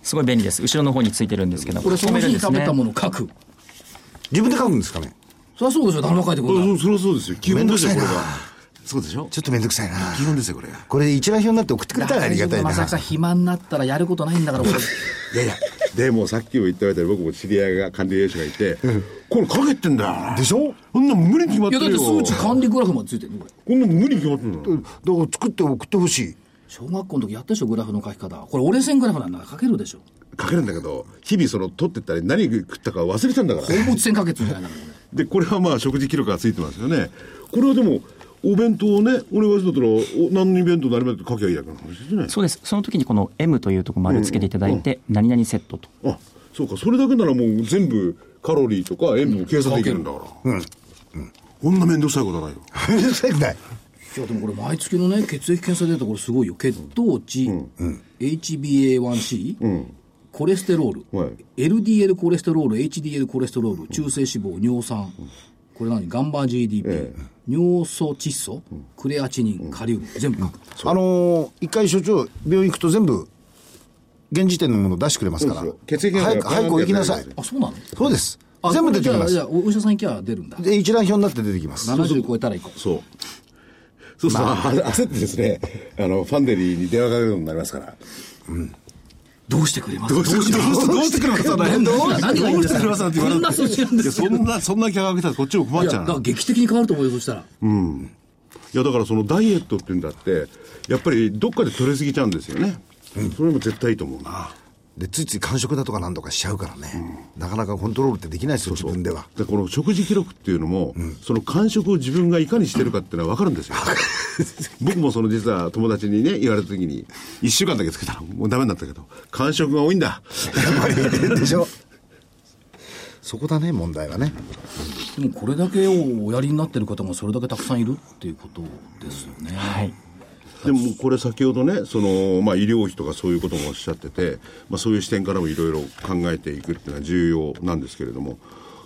Speaker 6: すごい便利です後ろの方についてるんですけど
Speaker 1: これ、その
Speaker 6: 止めるん
Speaker 1: 日
Speaker 6: です
Speaker 1: 食べ
Speaker 6: ね
Speaker 1: たもの書く。
Speaker 4: 自分で書くんですかね。
Speaker 1: そりゃそうですよ、誰も書いてくれない。
Speaker 5: そそりゃそうですよ。基
Speaker 4: め
Speaker 5: 本
Speaker 4: んど
Speaker 5: で
Speaker 4: く
Speaker 5: すよ、
Speaker 4: さい
Speaker 5: こ
Speaker 4: な
Speaker 5: れが。そうでしょ
Speaker 4: ちょっとめんどくさいな。
Speaker 5: 基本ですよ、これが。
Speaker 4: これ一覧表になって送ってくれたらあ
Speaker 1: 大
Speaker 4: り
Speaker 1: 丈夫
Speaker 4: がたいな。
Speaker 1: 正木さん、暇になったらやることないんだから、 俺。
Speaker 5: いやいや、でもさっきも言ったみたいに僕も知り合いが管理栄養士がいて、これかけてんだよ。
Speaker 4: でしょ
Speaker 5: こんな無理に決まっ
Speaker 1: い
Speaker 5: て
Speaker 1: や、
Speaker 5: る
Speaker 1: だっ
Speaker 5: よ。
Speaker 1: て数値管理グラフまでついてるの、これ。
Speaker 5: こんなの無理に決まってんだよ。
Speaker 4: だから作って送ってほしい。
Speaker 1: 小学校の時やったでしょ、グラフの書き方。これ、折れ線グラフなんだから書けるでしょ。
Speaker 5: かけるんだけど、日々その取ってったり何食ったか忘れたんだから。
Speaker 1: 放物線かけつみたいなのね。
Speaker 5: で、これはまあ食事記録がついてますよね。これはでも、お弁当をね、お願いするんだったら、お何のイベント何弁当書きゃいいだけの話ですね。
Speaker 6: そうですその時にこの M というところ丸つけていただいて、何々セットと
Speaker 5: あ、そうか、それだけならもう全部カロリーとか塩分を計算できるんだから。
Speaker 4: うん。
Speaker 5: こんな面倒くさいことはないよ。
Speaker 4: めんどくさくない。
Speaker 1: いやでもこれ毎月のね血液検査データこれすごいよ血糖値、HbA1c、コレステロール、
Speaker 5: はい
Speaker 1: LDL コレステロール HDL コレステロール中性脂肪尿酸、これ何ガンバ GDP、
Speaker 5: え
Speaker 1: 尿素窒素、クレアチニンカリウム全部書く、
Speaker 4: あのー一回所長、病院行くと全部、現時点のもの出してくれますから。
Speaker 5: そうですよ血液検
Speaker 4: 早
Speaker 5: 査が
Speaker 4: く、早く行きなさい。
Speaker 1: あそうなの
Speaker 4: そうです
Speaker 1: あ。
Speaker 4: 全部出てきま
Speaker 1: これじゃ
Speaker 4: す
Speaker 1: あ。じゃあおお医者さん行きゃ出るんだ
Speaker 4: で、一覧表になって出てきます。
Speaker 1: 70超えたら行こう
Speaker 5: そう。そうそう、あ焦ってですね、あの、ファンデリーに電話かけるようになりますから。
Speaker 1: どうしてくれます
Speaker 5: どうしてどうしてくれますかね
Speaker 1: どう何がいいんですか
Speaker 5: どうしてくれますなんて言われて
Speaker 1: こんな数字なんですけど
Speaker 5: いやそんな、そんなキャラが来たらこっちも困
Speaker 1: い
Speaker 5: っ
Speaker 1: や
Speaker 5: ちゃ
Speaker 1: だ
Speaker 5: う
Speaker 1: か
Speaker 5: な
Speaker 1: ら劇的に変わると思うよそしたら
Speaker 5: いやだからそのダイエットっていうんだってやっぱりどっかで取れすぎちゃうんですよね、それも絶対いいと思うな
Speaker 4: で、ついつい間食だとか何とかしちゃうからね。なかなかコントロールってできないですよ、自分で は。
Speaker 5: でこの食事記録っていうのも、その感触を自分がいかにしてるかっていうのは分かるんですよ僕もその実は友達にね言われた時に1週間だけつけたらもうダメになったけど感触が多いんだ
Speaker 4: でしょ そこだね、問題はね。
Speaker 1: でもこれだけをおやりになってる方がそれだけたくさんいるっていうことですよね。
Speaker 6: はい
Speaker 5: でもこれ先ほどねその、まあ、医療費とかそういうこともおっしゃってて、まあ、そういう視点からもいろいろ考えていくっていうのは重要なんですけれども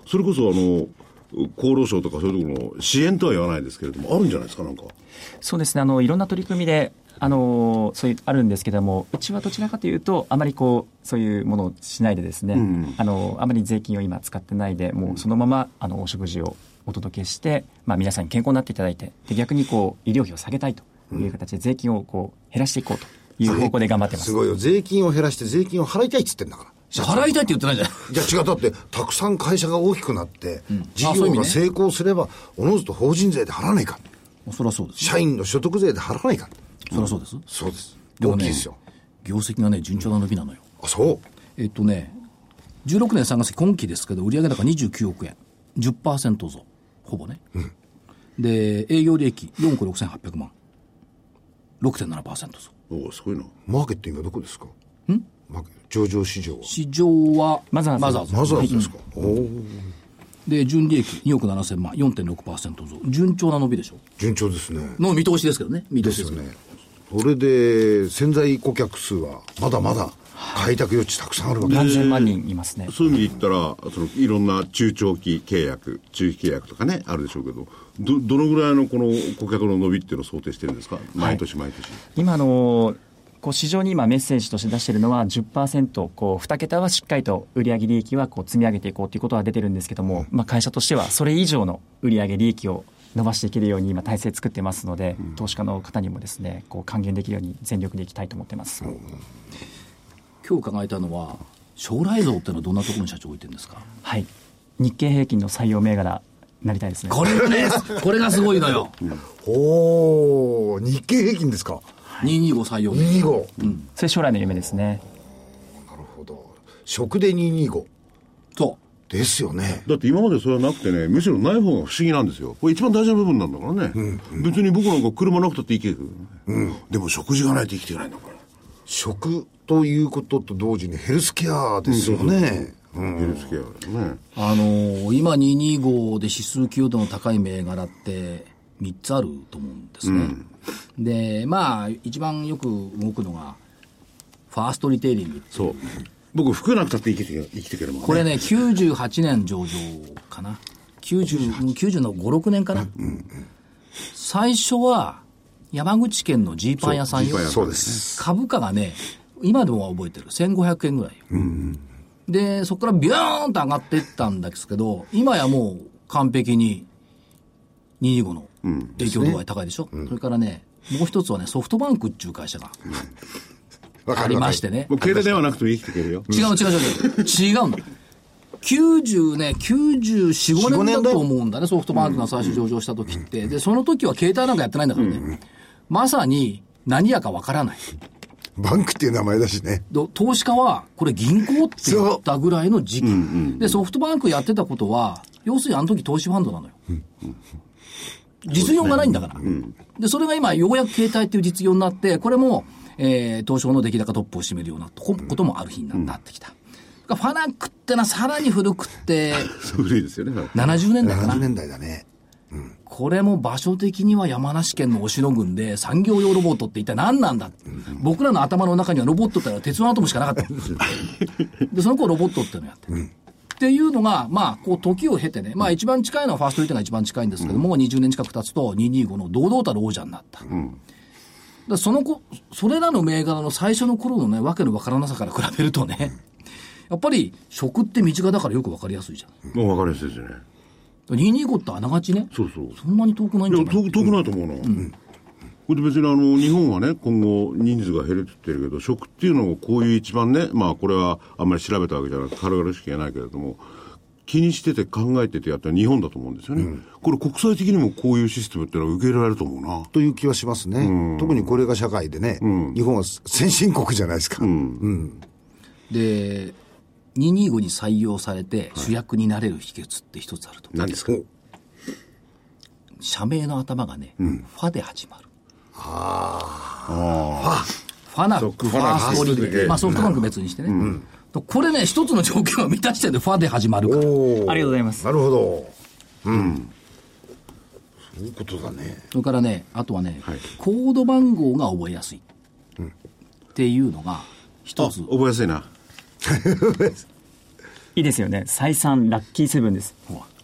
Speaker 5: それこそあの厚労省とかそういうところの支援とは言わないですけれどもあるんじゃないですかなんか
Speaker 6: そうですねあのいろんな取り組みであのそういうあるんですけどもうちはどちらかというとあまりこうそういうものをしないでですね、あのあまり税金を今使ってないでもうそのままあのお食事をお届けして、まあ、皆さんに健康になっていただいてで逆にこう医療費を下げたいという形で税金をこう減らしていこうという方向で頑張ってます
Speaker 4: すごいよ。税金を減らして税金を払いたいっつってんだから。
Speaker 1: 払いたいって言って ないじゃん。
Speaker 4: じゃあ違う、だって、たくさん会社が大きくなって、事
Speaker 1: あそういう意
Speaker 4: 業
Speaker 1: 味
Speaker 4: が
Speaker 1: ね
Speaker 4: 成功すれば、おのずと法人税で払わないか。
Speaker 1: そりゃそうです。
Speaker 4: 社員の所得税で払わないか。
Speaker 1: そりゃそうです。
Speaker 4: そうです。
Speaker 1: も
Speaker 4: 大き
Speaker 1: ね
Speaker 4: いですよ。
Speaker 1: 業績がね、順調な伸びなのよ。
Speaker 4: あ、そう。
Speaker 1: えっとね、16年3月期今期ですけど、売上高29億円。10%増。ほぼね。で、営業利益4億6800万。6.7%増。
Speaker 5: おおすごいな
Speaker 4: マーケット今どこですかマーケ上場市場は。
Speaker 1: 市場は、
Speaker 6: マザーズ
Speaker 4: マザーズですか、おお
Speaker 1: で、純利益2億7000万。4.6%増。順調な伸びでしょ。
Speaker 4: 順調ですね。
Speaker 1: の見通しですけどね。見通しですけど
Speaker 4: ねそれで、潜在顧客数は、まだまだ開拓余地たくさんあるわけです。
Speaker 6: 何千万人いますね
Speaker 5: そういう意味で言ったらそのいろんな中長期契約中期契約とかねあるでしょうけどどどのぐらいのこの顧客の伸びっていうのを想定してるんですか毎年毎年、
Speaker 6: 今あのこう市場に今メッセージとして出しているのは10%こう2桁はしっかりと売上利益はこう積み上げていこうということは出てるんですけども、まあ、会社としてはそれ以上の売上利益を伸ばしていけるように今体制作ってますので、投資家の方にもですねこう還元できるように全力でいきたいと思ってます、
Speaker 1: 今日伺えたのは将来像ってのはどんなところに社長置いてるんですか
Speaker 6: はい日経平均の採用銘柄になりたいですね
Speaker 1: これがねこれがすごいのよ
Speaker 4: おお日経平均ですか
Speaker 1: 225採用ね
Speaker 4: 225、
Speaker 6: それ将来の夢ですね
Speaker 4: なるほど食で225
Speaker 1: そ
Speaker 4: ですよね
Speaker 5: だって今までそれはなくてね、むしろない方が不思議なんですよ。これ一番大事な部分なんだからね。別に僕なんか車なくたって生きていく、でも食事がないと生きていけないんだから。
Speaker 4: 食ということと同時にヘルスケアですよね、
Speaker 5: ヘルスケアですね。
Speaker 1: うあのー今225で指数級度の高い銘柄って3つあると思うんですね、でまあ一番よく動くのがファーストリテイリングって
Speaker 5: そう。僕服なくたって生きていけ生きていけるもんね。
Speaker 1: これね、98年上場かな。90、90の5、6年かな。最初は、山口県のジーパン屋さんよ。
Speaker 4: そうです
Speaker 1: 株価がね、今でも覚えてる。1500円ぐらい。で、そこからビューンと上がっていったんですけど、今やもう完璧に225の影響度が高いでしょ。それからね、もう一つはね、ソフトバンクっていう会社があ
Speaker 4: わか
Speaker 1: り
Speaker 4: り
Speaker 1: ま
Speaker 4: ま
Speaker 1: し
Speaker 4: してて
Speaker 1: ね。
Speaker 5: もう携帯電話なくても生きていけるよ。
Speaker 1: 違う違う違う違う。違うの。90ね、94、5
Speaker 4: 4
Speaker 1: 年
Speaker 4: 年
Speaker 1: だ
Speaker 4: だ
Speaker 1: と
Speaker 4: よ
Speaker 1: 思うんだね、ソフトバンクが最初上場した時って。で、その時は携帯なんかやってないんだからね。まさに何やかわからない。
Speaker 4: バンクっていう名前だしね
Speaker 1: ど投資家は、これ銀行って言ったぐらいの時期。で、ソフトバンクやってたことは、要するにあの時投資ファンドなのよ。実用がないんだから。で、それが今、ようやく携帯っていう実用になって、これも、えー、東証の出来高トップを占めるようなとここともある日にななってきた。ファナックってのはさらに古く って、
Speaker 5: 古いですよね。
Speaker 1: 70年代かな
Speaker 4: 70。年代だね
Speaker 1: これも場所的には山梨県の忍野郡で産業用ロボットって一体何なんだ僕らの頭の中にはロボットってのは鉄腕アトムしかなかった。で、その子ロボットっていうのをやって。っていうのが、まあ、こう、時を経てね、まあ、一番近いのはファーストリートが一番近いんですけども、20年近く経つと、225の堂々たる王者になった。だその子、それらの銘柄の最初の頃のね、わけのわからなさから比べるとね、やっぱり、食って身近だからよくわかりやすいじゃん。
Speaker 5: もう分かりやすいですよね。
Speaker 1: 225ってあながちね、
Speaker 5: そうそう。
Speaker 1: そんなに遠くないん
Speaker 5: い
Speaker 1: じゃ
Speaker 5: や
Speaker 1: ない
Speaker 5: 遠く遠くないと思うな、これで別にあの日本はね今後人数が減るって言ってるけど食っていうのをこういう一番ねまあこれはあんまり調べたわけじゃなく軽々しく言えないけれども気にしてて考えててやったら日本だと思うんですよね、これ国際的にもこういうシステムっていうのは受け入れられると思うな
Speaker 4: という気はしますね、特にこれが社会でね、日本は先進国じゃないですか、
Speaker 1: で、225に採用されて主役になれる秘訣って一つあると思う。
Speaker 5: 何ですか
Speaker 1: 社名の頭がね、ファで始まる。ファナック、フ
Speaker 5: そっか
Speaker 1: ァーストリー
Speaker 5: ファナックファーストリテイ
Speaker 1: グ。まあソフトバンク別にしてね。とこれね、一つの条件を満たしてでファで始まるから。
Speaker 4: おー
Speaker 6: ありがとうございます
Speaker 4: なるほどうん、そういうことだね
Speaker 1: それからね、あとはね、コード番号が覚えやすい。っていうのが、一
Speaker 5: あ
Speaker 1: つ。
Speaker 5: 覚えやすいない
Speaker 6: いですよね再三ラッキーセブンです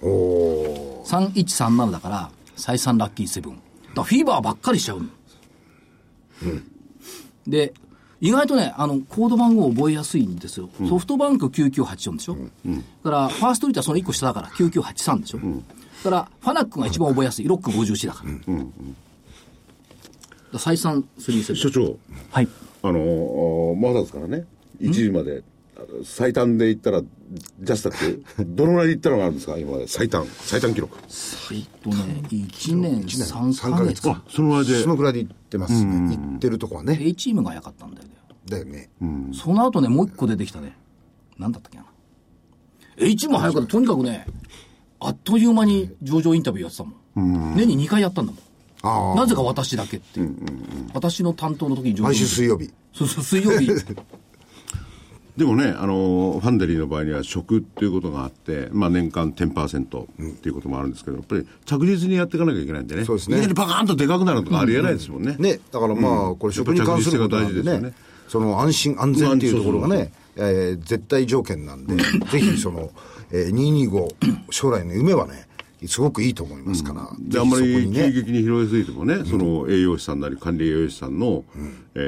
Speaker 1: 3137だから、再三ラッキーセブン。だからフィーバーばっかりしちゃうの。で、意外とね、あの、コード番号覚えやすいんですよ。ソフトバンク9984でしょ、だから、ファーストリートはその1個下だから9983でしょ、だから、ファナックが一番覚えやすい。ロック51だから。だから再三
Speaker 5: 所
Speaker 1: 37。
Speaker 5: 長
Speaker 6: はい
Speaker 5: あのーまだですからね1時まであの最短で行ったらジャスタックどのぐらいで行ったのがあるんですか今まで最短最短記録
Speaker 1: えっとね、1年3
Speaker 4: 三
Speaker 1: ヶ
Speaker 4: ヶ
Speaker 1: 月
Speaker 4: 月
Speaker 1: か。
Speaker 5: その間で
Speaker 4: そのぐらいで行ってますね行ってるとこはね
Speaker 1: A チームが早かったんだよね。
Speaker 4: だよね、
Speaker 1: その後ね、もう一個出てきたね。なんだったっけな。H も早かった。とにかくね、あっという間に上場インタビューやってたもん。年に2回やったんだも
Speaker 4: あ
Speaker 1: ん。
Speaker 4: あ
Speaker 1: なぜか私だけっていう。私の担当の時に上場。
Speaker 4: 毎週水曜日
Speaker 1: そうそう、水曜 日。
Speaker 5: でもね、あのファンデリーの場合には食っていうことがあって、まあ、年間10%っていうこともあるんですけど、やっぱり着実にやっていかなきゃいけないんでね、
Speaker 4: そうですね
Speaker 5: いきなりパカーンとでかくなるとかありえないですもんね。
Speaker 4: ねだからまあ、これ食に関することなんで
Speaker 5: や
Speaker 4: ね
Speaker 5: っぱ着実性が大事ですよね
Speaker 4: その安心安全っていうところが
Speaker 5: うん
Speaker 4: ね、えー絶対条件なんでぜひその、えー225将来の夢はねすごくいいと思いますから、
Speaker 5: であんま
Speaker 4: ぜひそこ
Speaker 5: り
Speaker 4: に
Speaker 5: 急
Speaker 4: ね
Speaker 5: 激に広げすぎてもね、その栄養士さんなり管理栄養士さんの、え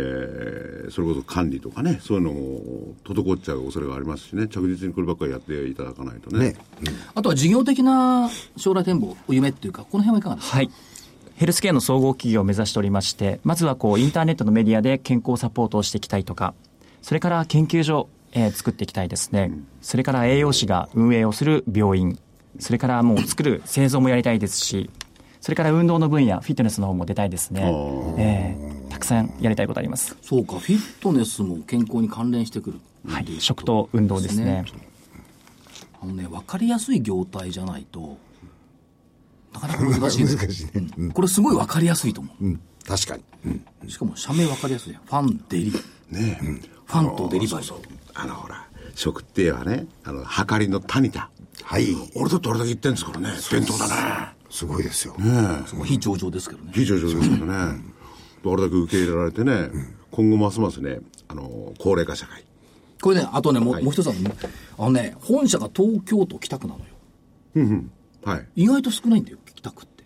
Speaker 5: ーそれこそ管理とかねそういうのも滞っちゃう恐れがありますしね着実にこればっかりやっていただかないとね
Speaker 4: ね
Speaker 1: あとは事業的な将来展望、夢っていうか、この辺はいかがですか
Speaker 6: はい。ヘルスケアの総合企業を目指しておりまして、まずはこう、インターネットのメディアで健康サポートをしていきたいとか、それから研究所、えー作っていきたいですね。それから栄養士が運営をする病院、それからもう作る製造もやりたいですし、それから運動の分野、フィットネスの方も出たいですね。えーたくさんやりたいことあります。
Speaker 1: そうか、フィットネスも健康に関連してくる。
Speaker 6: はい。食と運動ですね。
Speaker 1: あのね、分かりやすい業態じゃないと、なかなか 難しいですうんこれすごい分かりやすいと思
Speaker 4: うん、確かに、うん
Speaker 1: う。しかも社名分かりやすいじゃん。ファンデリ。フ
Speaker 5: ねえ、
Speaker 1: ァンとデリバリー。
Speaker 5: あのほら食ってはねあのはかりの谷田
Speaker 4: はい
Speaker 5: 俺だってあれだけ言ってんですからね伝統だね
Speaker 4: すごいですよ、
Speaker 1: もう非上場ですけどね。
Speaker 5: 非常上ですけどねあれだけ受け入れられてね、今後ますますねあの高齢化社会
Speaker 1: これね、あとね、もう,、もう一つあるのあのね、本社が東京都北区なのよ。
Speaker 5: はい
Speaker 1: 意外と少ないんだよ、北区って。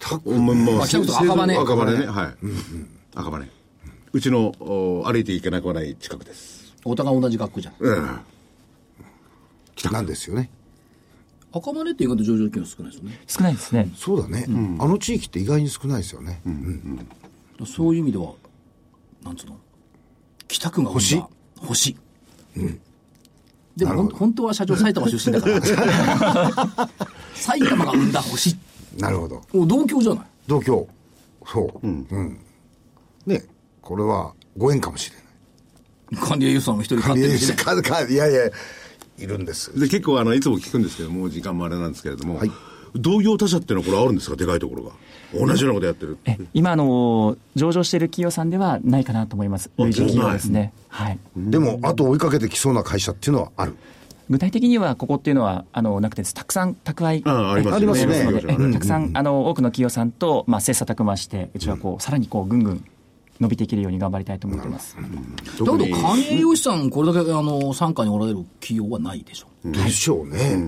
Speaker 5: 北区まあま
Speaker 1: まあ北区と赤羽
Speaker 5: 赤羽ねはい、赤羽うちのお歩いていけなくはない近くです
Speaker 1: お互い同じ学区じゃん。
Speaker 5: うん
Speaker 4: なんですよね
Speaker 1: 赤羽って意外と上場企業少ないですよね。
Speaker 6: 少ないですね。
Speaker 4: そうだね、あの地域って意外に少ないですよね、
Speaker 1: そういう意味では、なんつうの北区が生んだ星。でもほん本当は社長埼玉出身だ から。埼玉が生んだ星。
Speaker 4: なるほど
Speaker 1: もう同郷じゃない。
Speaker 4: 同居そううん、ねこれはご縁かもしれない
Speaker 1: 管理栄養士さんも一人勝
Speaker 4: い
Speaker 1: 手
Speaker 4: や
Speaker 1: に
Speaker 4: い
Speaker 1: して
Speaker 4: や。かかいやいやいるんです
Speaker 5: で結構あのいつも聞くんですけどもう時間もあれなんですけれども、
Speaker 4: はい
Speaker 5: 同業他社っていうのはこれあるんですかでかいところが同じようなことやってる
Speaker 6: え今、あの、上場している企業さんではないかなと思います。類似企業ですね。はい。
Speaker 4: でも後を追いかけてきそうな会社っていうのはある
Speaker 6: 具体的にはここっていうのはあのなくてですたくさん宅配
Speaker 5: あああります
Speaker 4: ありますね
Speaker 6: えので
Speaker 5: うん
Speaker 6: えたくさんあの多くの企業さんと、まあ、切磋琢磨してうちはこう、さらにこうぐんぐん伸びていけるように頑張りたいと思ってます、
Speaker 1: だけど管理栄養士さん、これだけあの傘下におられる企業はないでしょ。
Speaker 4: でしょうね、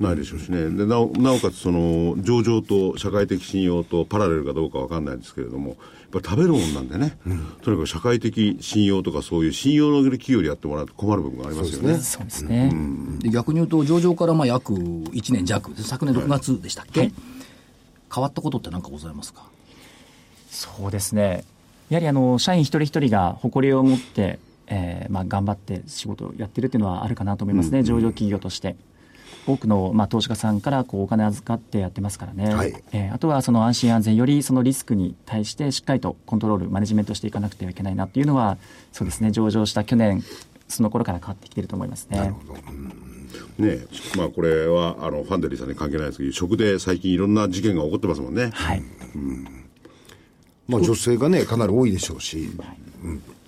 Speaker 5: ないでしょうしね、でなおなおかつその上場と社会的信用とパラレルかどうかわかんないですけれども、やっぱ食べるもんなんでね、とにかく社会的信用とか、そういう信用の企業でやってもらうと困る部分がありますよね。
Speaker 6: そうですね、
Speaker 1: で逆に言うと、上場からまあ約1年弱、で昨年6月でしたっけ、変わったことって何かございますか
Speaker 6: そうですねやはりあの社員一人一人が誇りを持って、えーまあ、頑張って仕事をやってるっていうのはあるかなと思いますね、上場企業として多くの、まあ、投資家さんからこうお金預かってやってますからね、
Speaker 4: はい
Speaker 6: えーあとはその安心安全よりそのリスクに対してしっかりとコントロールマネジメントしていかなくてはいけないなっていうのはそうですね上場した去年その頃から変わってきてると思いますね
Speaker 5: ねえまあ、これはあのファンデリーさんに関係ないですけど、食で最近いろんな事件が起こってますもんね。
Speaker 6: はい
Speaker 4: まあ女性がねかなり多いでしょうし、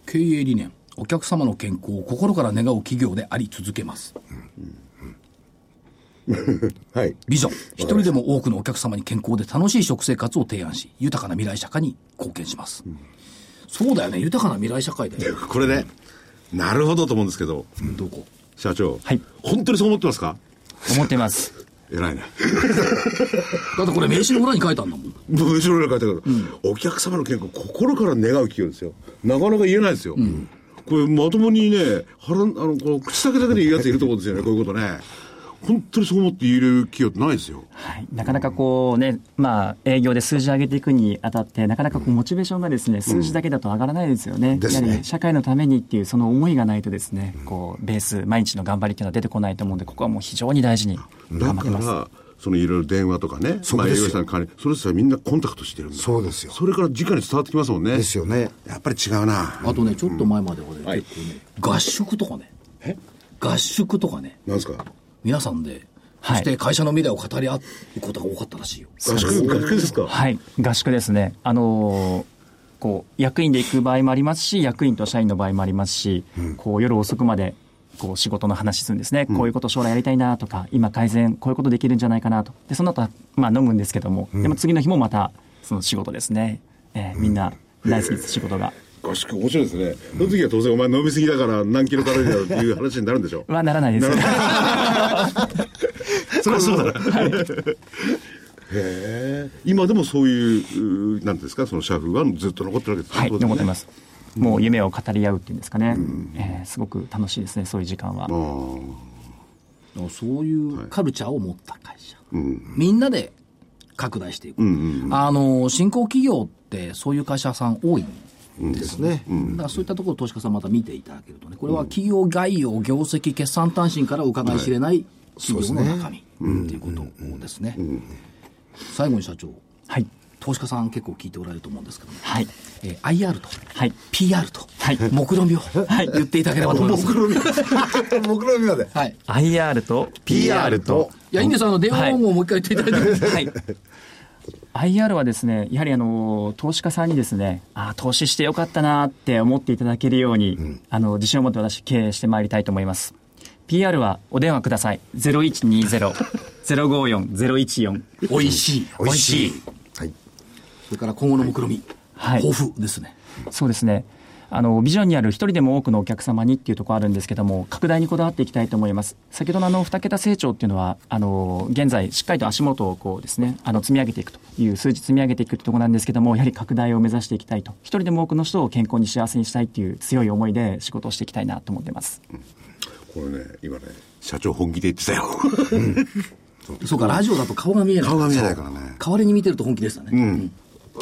Speaker 1: 経営理念お客様の健康を心から願う企業であり続けます
Speaker 4: はい
Speaker 1: ビジョン一人でも多くのお客様に健康で楽しい食生活を提案し豊かな未来社会に貢献します、そうだよね豊かな未来社会だよ
Speaker 5: これね、なるほどと思うんですけど、
Speaker 1: どこ
Speaker 5: 社長、
Speaker 6: はい
Speaker 5: 本当にそう思ってますか
Speaker 6: 思ってます
Speaker 5: 偉いね。
Speaker 1: だってこれ名刺の裏に書いてあるんだもん
Speaker 5: 文章の中に書いてあるけど、お客様の健康を心から願う企業ですよなかなか言えないですよ、これまともにね腹あのこの口先だけで言うやついると思うんですよねこういうことね本当にそう思って言える企業ってないですよ
Speaker 6: はい、なかなかこうね、まあ、営業で数字上げていくにあたって、なかなかこうモチベーションがですね、数字だけだと上がらないですよね。
Speaker 4: ですね
Speaker 6: やはり社会のためにっていうその思いがないとですね、こうベース毎日の頑張りっていうのは出てこないと思うんで、ここはもう非常に大事に
Speaker 5: だ
Speaker 6: 頑張っ
Speaker 5: か
Speaker 6: てます。
Speaker 5: らそのいろいろ電話とかね、
Speaker 4: こ
Speaker 5: まあ、
Speaker 4: で
Speaker 5: 営
Speaker 4: すよ
Speaker 5: 業者の代わりそれすらみんなコンタクトしてるんだ
Speaker 4: そうですよ
Speaker 5: それから直に伝わってきますもんね
Speaker 4: ですよね
Speaker 5: やっぱり違うな
Speaker 1: あとねちょっと前まではね、結構ね合宿とかね合宿とかね
Speaker 5: なんですか
Speaker 1: 皆さんでそ
Speaker 6: はい
Speaker 1: して会社の未来を語り合うことが多かったらしいよ、
Speaker 5: 合宿合宿ですか
Speaker 6: はい、合宿ですね。あのーこう役員で行く場合もありますし、役員と社員の場合もありますし、こう夜遅くまで。こう仕事の話するんですね、こういうこと将来やりたいなとか今改善こういうことできるんじゃないかなとでその後はまあ飲むんですけども、でも次の日もまたその仕事ですね、えーみんな大好きです仕事が
Speaker 5: 合宿面白いですね、その時は当然お前飲みすぎ だから何キロカロリーだろうっていう話になるんでしょ
Speaker 6: はならないです
Speaker 5: そりゃそうだな。へえ。今でもそういうう、なんですか、その社風はずっと残ってるわけですね
Speaker 6: はい、
Speaker 5: 当然ね
Speaker 6: 残ってます。もう夢を語り合うっていうんですかね、えーすごく楽しいですね、そういう時間は。
Speaker 1: だからそういうカルチャーを持った会社、みんなで拡大していく、あの新興企業ってそういう会社さん多い
Speaker 4: ですね。
Speaker 1: だからそういったところを投資家さんまた見ていただけるとね、これは企業概要、業績、決算単身からお伺い知れない企業の中身っていうことですね。最後に社長、
Speaker 6: はい。
Speaker 1: 投資家さん結構聞いておられると思うんですけども、
Speaker 6: はい。
Speaker 1: えー IR と、
Speaker 6: はい
Speaker 1: PR と、
Speaker 6: はい
Speaker 1: 目論見を言っていただければと思います。
Speaker 4: 僕の見まで。
Speaker 1: はい。
Speaker 6: IR と PR と。
Speaker 1: いや、いいんですあの、電話番号をもう一回言っていただいて。
Speaker 6: はい。IR はですね、やはりあの、投資家さんにですね、ああ、投資してよかったなって思っていただけるように、あの、自信を持って私経営してまいりたいと思います。PR はお電話ください。0120-054-014。
Speaker 1: 美味しい。
Speaker 4: 美味しい。はい。
Speaker 1: それから今後の目論見、
Speaker 6: はい
Speaker 1: 豊富ですね。
Speaker 6: そうですね。あのビジョンにある一人でも多くのお客様にっていうところあるんですけども拡大にこだわっていきたいと思います先ほどのあの2桁成長っていうのはあの現在しっかりと足元をこうですねあの積み上げていくという数字積み上げていくってところなんですけどもやはり拡大を目指していきたいと一人でも多くの人を健康に幸せにしたいっていう強い思いで仕事をしていきたいなと思ってます
Speaker 5: これね、今ね、社長本気で言ってたよ。
Speaker 1: そうか、ラジオだと顔が見えない。
Speaker 4: 顔が見えないからね。
Speaker 1: 代わりに見てると本気でしたね。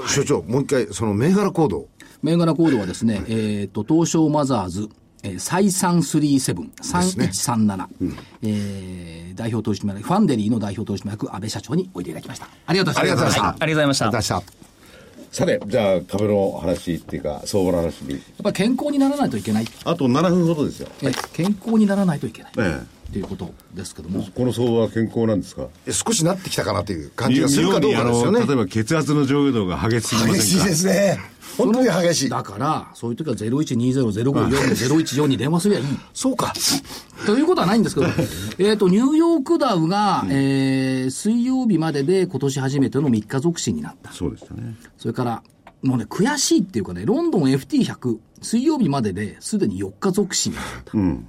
Speaker 4: 所長、もう一回、その銘柄行動。
Speaker 1: 銘柄コードはですね、えっと、東証マザーズ、えー、再三37、3137、えー代表取締役、ファンデリーの代表取締役、安倍社長においでいただきました。ありがとうございました。
Speaker 6: ありがとうございました
Speaker 4: 出した。
Speaker 7: さて、じゃあ株の話っていうか、相場の話に。
Speaker 1: やっぱり健康にならないといけない。
Speaker 7: あと7分ほどですよ。
Speaker 1: えー健康にならないといけない。と、
Speaker 7: え
Speaker 1: いうことですけども。
Speaker 7: この相場は健康なんですか
Speaker 4: え少しなってきたかなという感じがするかどうかですよ
Speaker 5: あの例え
Speaker 4: ね。
Speaker 5: ば血圧の上下動が激しすぎま
Speaker 4: 激しい
Speaker 5: せん
Speaker 4: で
Speaker 5: か
Speaker 4: すね。本当に激しい。
Speaker 1: だから、そういう時は0120-054-014に電話すればいい。
Speaker 4: そうか。
Speaker 1: ということはないんです けど、えっと、ニューヨークダウが、えー水曜日までで今年初めての3日続伸になった。
Speaker 5: そうでしたね。
Speaker 1: それから、もうね、悔しいっていうかね、ロンドン FT100、水曜日までですでに4日続伸になった。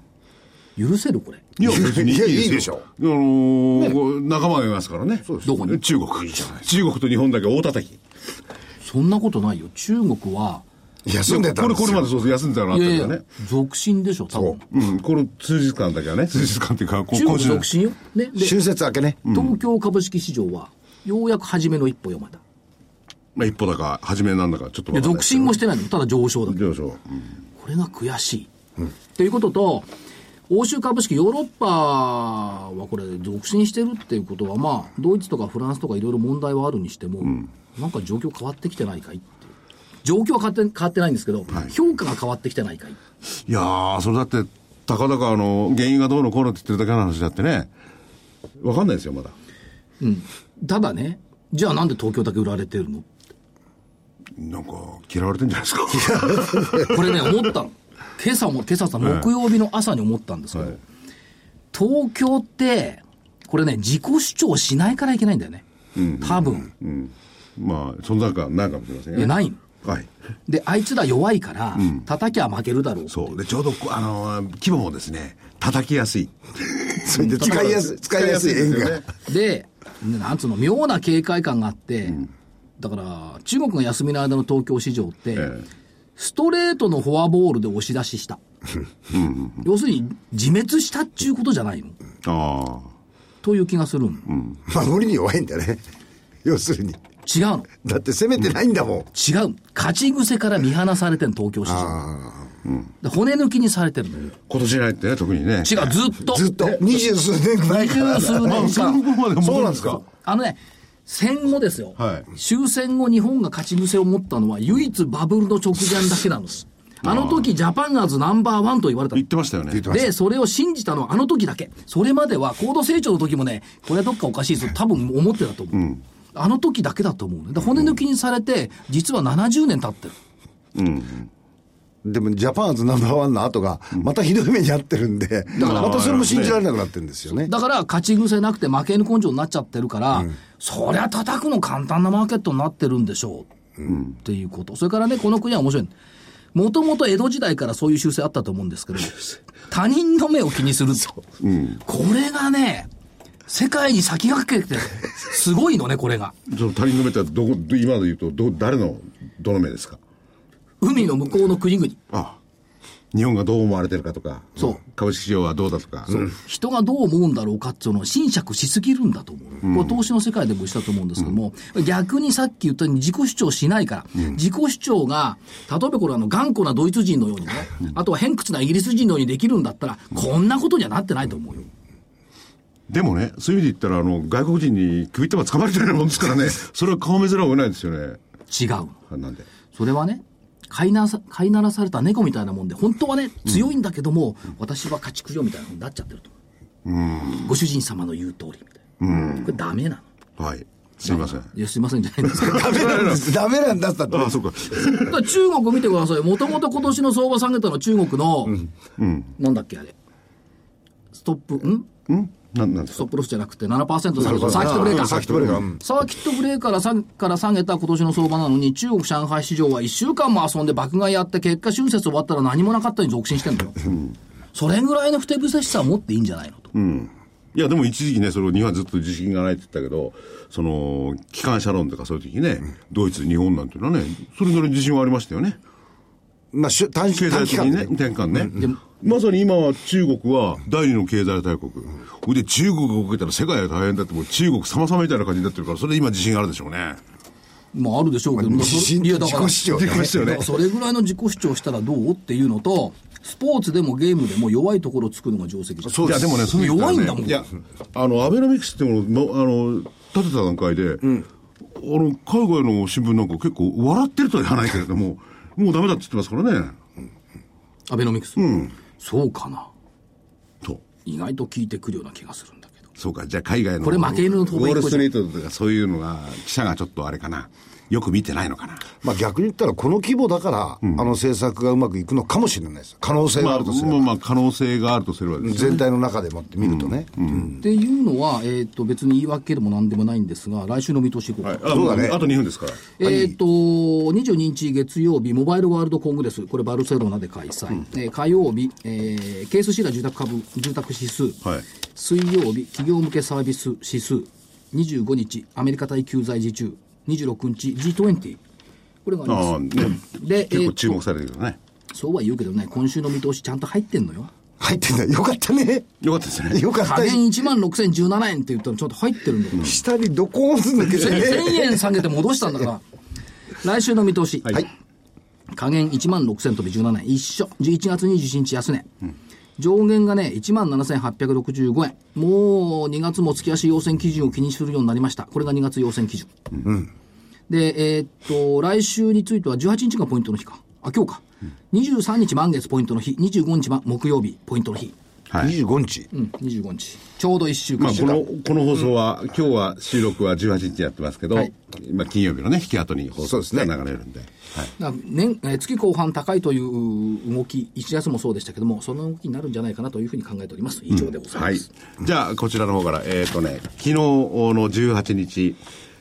Speaker 1: 許せるこれ。
Speaker 5: いや、別にいいですよ
Speaker 4: いやいいでしょ
Speaker 5: あのーこう仲間がいますからね。
Speaker 1: すどこに
Speaker 5: 中国。中国と日本だけ大叩き。
Speaker 1: そんなことないよ。中国は、
Speaker 4: 休んでたん
Speaker 5: こ
Speaker 4: で
Speaker 5: れ、
Speaker 4: す
Speaker 5: こ
Speaker 4: よ。
Speaker 5: れまでそうそう、休んでたのあっ
Speaker 1: い
Speaker 5: た
Speaker 1: やい
Speaker 5: けど
Speaker 1: や
Speaker 5: ね。、
Speaker 1: 続伸でしょ、多分。
Speaker 5: うん、これ数日間だけはね。数日間っていうか、こう
Speaker 1: 中国
Speaker 5: 今週。
Speaker 1: 続伸よ。ね。で、
Speaker 4: 春節明けね。
Speaker 1: 東京株式市場は、ようやく初めの一歩読まれた。
Speaker 5: まあ、一歩だか、初めなんだか、ちょっと
Speaker 1: いや、
Speaker 5: わかんない
Speaker 1: 続
Speaker 5: ですけど
Speaker 1: 伸もしてないの。ただ上昇だけ。
Speaker 5: 上昇。
Speaker 1: これが悔しい。ということと、欧州株式、ヨーロッパはこれ、続伸してるっていうことは、まあ、ドイツとかフランスとかいろいろ問題はあるにしても、なんか状況変わってきてないかいっていう状況は変わって変わってないんですけど、評価が変わってきてないかい
Speaker 5: いやー、それだって、たかだか、あの、原因がどうのこうのって言ってるだけの話だってね。わかんないですよ、まだ。
Speaker 1: ただね、じゃあなんで東京だけ売られてるの
Speaker 5: なんか、嫌われてんじゃないです か。
Speaker 1: これね、思ったの。今朝も、今朝さ、木曜日の朝に思ったんですけど、東京って、これね、自己主張しないからいけないんだよね。多分。
Speaker 5: まあ、存在感ないかもしれませんよ
Speaker 1: いやない
Speaker 5: はい。
Speaker 1: で、あいつら弱いから、叩きゃ負けるだろう。
Speaker 5: そう。で、ちょうど、こうあのー、規模もですね、叩きやすい。
Speaker 4: それで使いやすい、使いやすい円が。
Speaker 1: で、なんつうの、妙な警戒感があって、だから、中国が休みの間の東京市場って、
Speaker 5: え
Speaker 1: ストレートのフォアボールで押し出しした。要するに、自滅したっちゅうことじゃないの
Speaker 5: ああ。
Speaker 1: という気がするの、
Speaker 4: 守りに弱いんだね。要するに。
Speaker 1: 違うの。
Speaker 4: だって攻めてないんだもん。
Speaker 1: 違うの。勝ち癖から見放されてんの東京市場。で骨抜きにされてるの。違う、
Speaker 5: 今年に入ってね、特にね。
Speaker 1: ずっと。
Speaker 4: ずっと。二十数年前から。
Speaker 1: 二十数年間
Speaker 4: あそんなことま戻る
Speaker 5: そうなんですか
Speaker 1: あのね、戦後ですよ、
Speaker 5: はい
Speaker 1: 終戦後、日本が勝ち癖を持ったのは、唯一バブルの直前だけなんです。あの時、ジャパンアーズナンバーワンと言われた
Speaker 5: 言ってましたよね。
Speaker 1: で、それを信じたのはあの時だけ。それまでは高度成長の時もね、これはどっかおかしいぞ、多分思ってたと思う。あの時だけだと思うね。で骨抜きにされて、実は70年経ってる。
Speaker 4: でも、ジャパンズナンバーワンの後が、またひどい目に遭ってるんで、またそれも信じられなくなってるんですよね。
Speaker 1: だから、勝ち癖なくて負け犬根性になっちゃってるから、そりゃ叩くの簡単なマーケットになってるんでしょう。っていうこと。それからね、この国は面白い。もともと江戸時代からそういう習性あったと思うんですけど、他人の目を気にすると。これがね、世界に先駆けて、すごいのね、これが。
Speaker 5: その他人の目ってどこ、ど今で言うと、ど、誰の、どの目ですか
Speaker 1: 海の向こうの国々。
Speaker 5: あ日本がどう思われてるかとか、
Speaker 1: そう
Speaker 5: 株式市場はどうだとか、うん
Speaker 1: 人がどう思うんだろうかっていうのを侵釈しすぎるんだと思う。これ投資の世界でもしたと思うんですけども、逆にさっき言ったように自己主張しないから、自己主張が、例えばこれあの頑固なドイツ人のようにね、あとは偏屈なイギリス人のようにできるんだったら、こんなことにはなってないと思うよ。
Speaker 5: でもね、そういう意味で言ったら、あの、外国人に首手ば掴まれてるようなもんですからね、 それは顔見せられないですよね。
Speaker 1: 違う。
Speaker 5: あなんで。
Speaker 1: それはね、飼いなさ、飼いならされた猫みたいなもんで、本当はね、強いんだけども、私は家畜よみたいなふうになっちゃってると思う。ご主人様の言う通りみたいな。これダメなの。
Speaker 5: はい。すいません。
Speaker 1: いや、すいませんじゃないんですけど。
Speaker 4: ダメなんです。ダメなんだったって。
Speaker 5: ああ、 そうか。
Speaker 1: だから中国を見てくださいよ。もともと今年の相場下げたのは中国の、なんだっけあれ。ストップ、ん
Speaker 5: うんなん、なんで
Speaker 1: ス
Speaker 5: す
Speaker 1: ト
Speaker 5: か
Speaker 1: ップロスじゃなくて7%下げたサーキットブレーカー。
Speaker 5: サーキットブレーカーうん
Speaker 1: サーキットブレーカーから下げから下げた今年の相場なのに、中国上海市場は1週間も遊んで爆買いやって、結果春節終わったら何もなかったように続伸してんだよ。それぐらいのふてぶせしさを持っていいんじゃないのと。
Speaker 5: いや、でも一時期ね、それを日本はずっと自信がないって言ったけど、その、機関車論とかそういう時ね、ドイツ、日本なんていうのはね、それぞれ自信はありましたよね。
Speaker 4: まあ、しゅ短期
Speaker 5: 経済
Speaker 4: 短
Speaker 5: 的
Speaker 4: 期
Speaker 5: に
Speaker 4: 間
Speaker 5: ね、
Speaker 4: で。
Speaker 5: 転換ね。まさに今は中国は第二の経済大国。ほいで中国が受けたら世界が大変だって、もう中国様々みたいな感じになってるから、それ今自信があるでしょうね。
Speaker 1: まああるでしょうけど、
Speaker 4: 自信
Speaker 1: いや
Speaker 4: と
Speaker 1: だ
Speaker 4: 自
Speaker 1: から
Speaker 4: 己主張だね
Speaker 5: 自己主張ね
Speaker 1: だからそれぐらいの自己主張したらどうっていうのと、スポーツでもゲームでも弱いところをつくのが定石じゃん
Speaker 5: いや、でもね、その意味では
Speaker 1: 弱
Speaker 5: ね
Speaker 1: いんだもん。
Speaker 5: いや、あの、アベノミクスってものを、まあの、立てた段階で、あの、海外の新聞なんか結構笑ってるとは言わないけれども、もうダメだって言ってますからね。
Speaker 1: アベノミクス。そうかな。
Speaker 5: と。
Speaker 1: 意外と効いてくるような気がするんだけど。
Speaker 5: そうか、じゃあ海外の。
Speaker 1: これ負け犬の
Speaker 5: ウ
Speaker 1: 遠吠え
Speaker 5: ォール
Speaker 1: 一個
Speaker 5: ス
Speaker 1: じ
Speaker 5: ト
Speaker 1: ゃん
Speaker 5: リートとかそういうのが、記者がちょっとあれかな。よく見てないのかな。
Speaker 4: まあ、逆に言ったら、この規模だから、あの政策がうまくいくのかもしれないです。可能性が
Speaker 5: ま
Speaker 4: あ
Speaker 5: あ、
Speaker 4: るとすれ
Speaker 5: まあ、
Speaker 4: ば。
Speaker 5: まあ、可能性があるとすればですね。
Speaker 4: 全体の中でもって見るとね。
Speaker 1: っていうのは、えっ、と、別に言い訳でも何でもないんですが、来週の見通しいこうか。
Speaker 5: あ
Speaker 4: そうだね
Speaker 5: あと2分ですから。
Speaker 1: えっ、と、22日月曜日、モバイルワールドコングレス、これバルセロナで開催。えー火曜日、えー、ケースシーラ住宅株、住宅指数。
Speaker 5: はい
Speaker 1: 水曜日、企業向けサービス指数。25日、アメリカ対救済時中。26日、G20。これがあり
Speaker 5: あ
Speaker 1: ます。
Speaker 5: あ、ね。
Speaker 1: で
Speaker 5: 結
Speaker 1: え
Speaker 5: 構
Speaker 1: ー
Speaker 5: 注目されるけどね。
Speaker 1: そうは言うけどね、今週の見通しちゃんと入ってんの よ。
Speaker 4: 入ってんだ。よかったね。
Speaker 5: よかったですね。
Speaker 4: よかっ
Speaker 1: 加
Speaker 4: た。
Speaker 1: 減1万6017円って言ったのちょっと入ってるんだけど。
Speaker 4: 下にどこを押すんだけどね。
Speaker 1: 1000円下げて戻したんだから。来週の見通し。
Speaker 4: はい。
Speaker 1: 下限1万6000飛び17円。一緒。11月27日安値。上限がね、1万7865円。もう2月も月足要請基準を気にするようになりました。これが2月要請基準。で、えーっと、来週については18日がポイントの日か。あ、今日か。23日満月ポイントの日。25日ま木曜日ポイントの日。
Speaker 5: はい。
Speaker 4: 25日。
Speaker 1: うん、25日。ちょうど1週間。
Speaker 5: まあ、この、この放送は、今日は収録は18日やってますけど、
Speaker 1: はい
Speaker 5: まあ、金曜日のね、引き後に放
Speaker 4: そう
Speaker 5: 送
Speaker 4: ですね
Speaker 5: が流れるんで。はい。
Speaker 1: だから年えー月後半高いという動き、1月もそうでしたけども、その動きになるんじゃないかなというふうに考えております。以上でございます。
Speaker 5: はい。じゃあ、こちらの方から、えっ、とね、昨日の18日、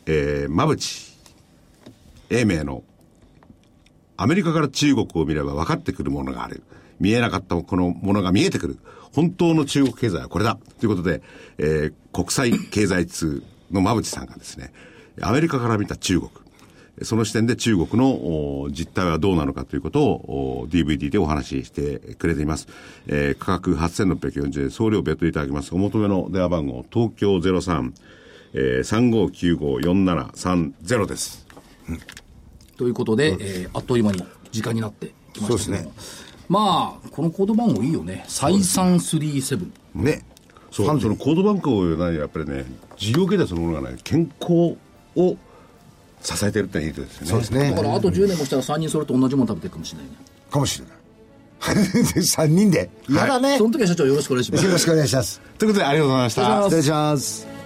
Speaker 5: えー、馬淵英明の、アメリカから中国を見れば分かってくるものがある。見えなかったこのものが見えてくる。本当の中国経済はこれだ。ということで、えー国際経済通の馬淵さんがですね、アメリカから見た中国。その視点で中国のお実態はどうなのかということをお DVD でお話ししてくれています。えー価格8640円、送料別途いただきます。お求めの電話番号、東京03、えー、3595-4730です。
Speaker 1: ということで、えーあっという間に時間になってきましたけども。まあ、このコード番号いいよね。再三37。
Speaker 4: ね。
Speaker 5: そうそのコードバンクをないやっぱりね事業経済そのものがね健康を支えてるっていいことですよね
Speaker 4: そうです
Speaker 1: だか
Speaker 4: ね。
Speaker 1: らあと10年もしたら3人それと同じもの食べてるかもしれないね。
Speaker 4: かもしれない。3人で。やだね。
Speaker 1: そ
Speaker 4: よ
Speaker 1: の時は社長よろしくお願いします。
Speaker 4: ろしくお願いします。
Speaker 5: ということでありがとうございました
Speaker 4: 失礼します。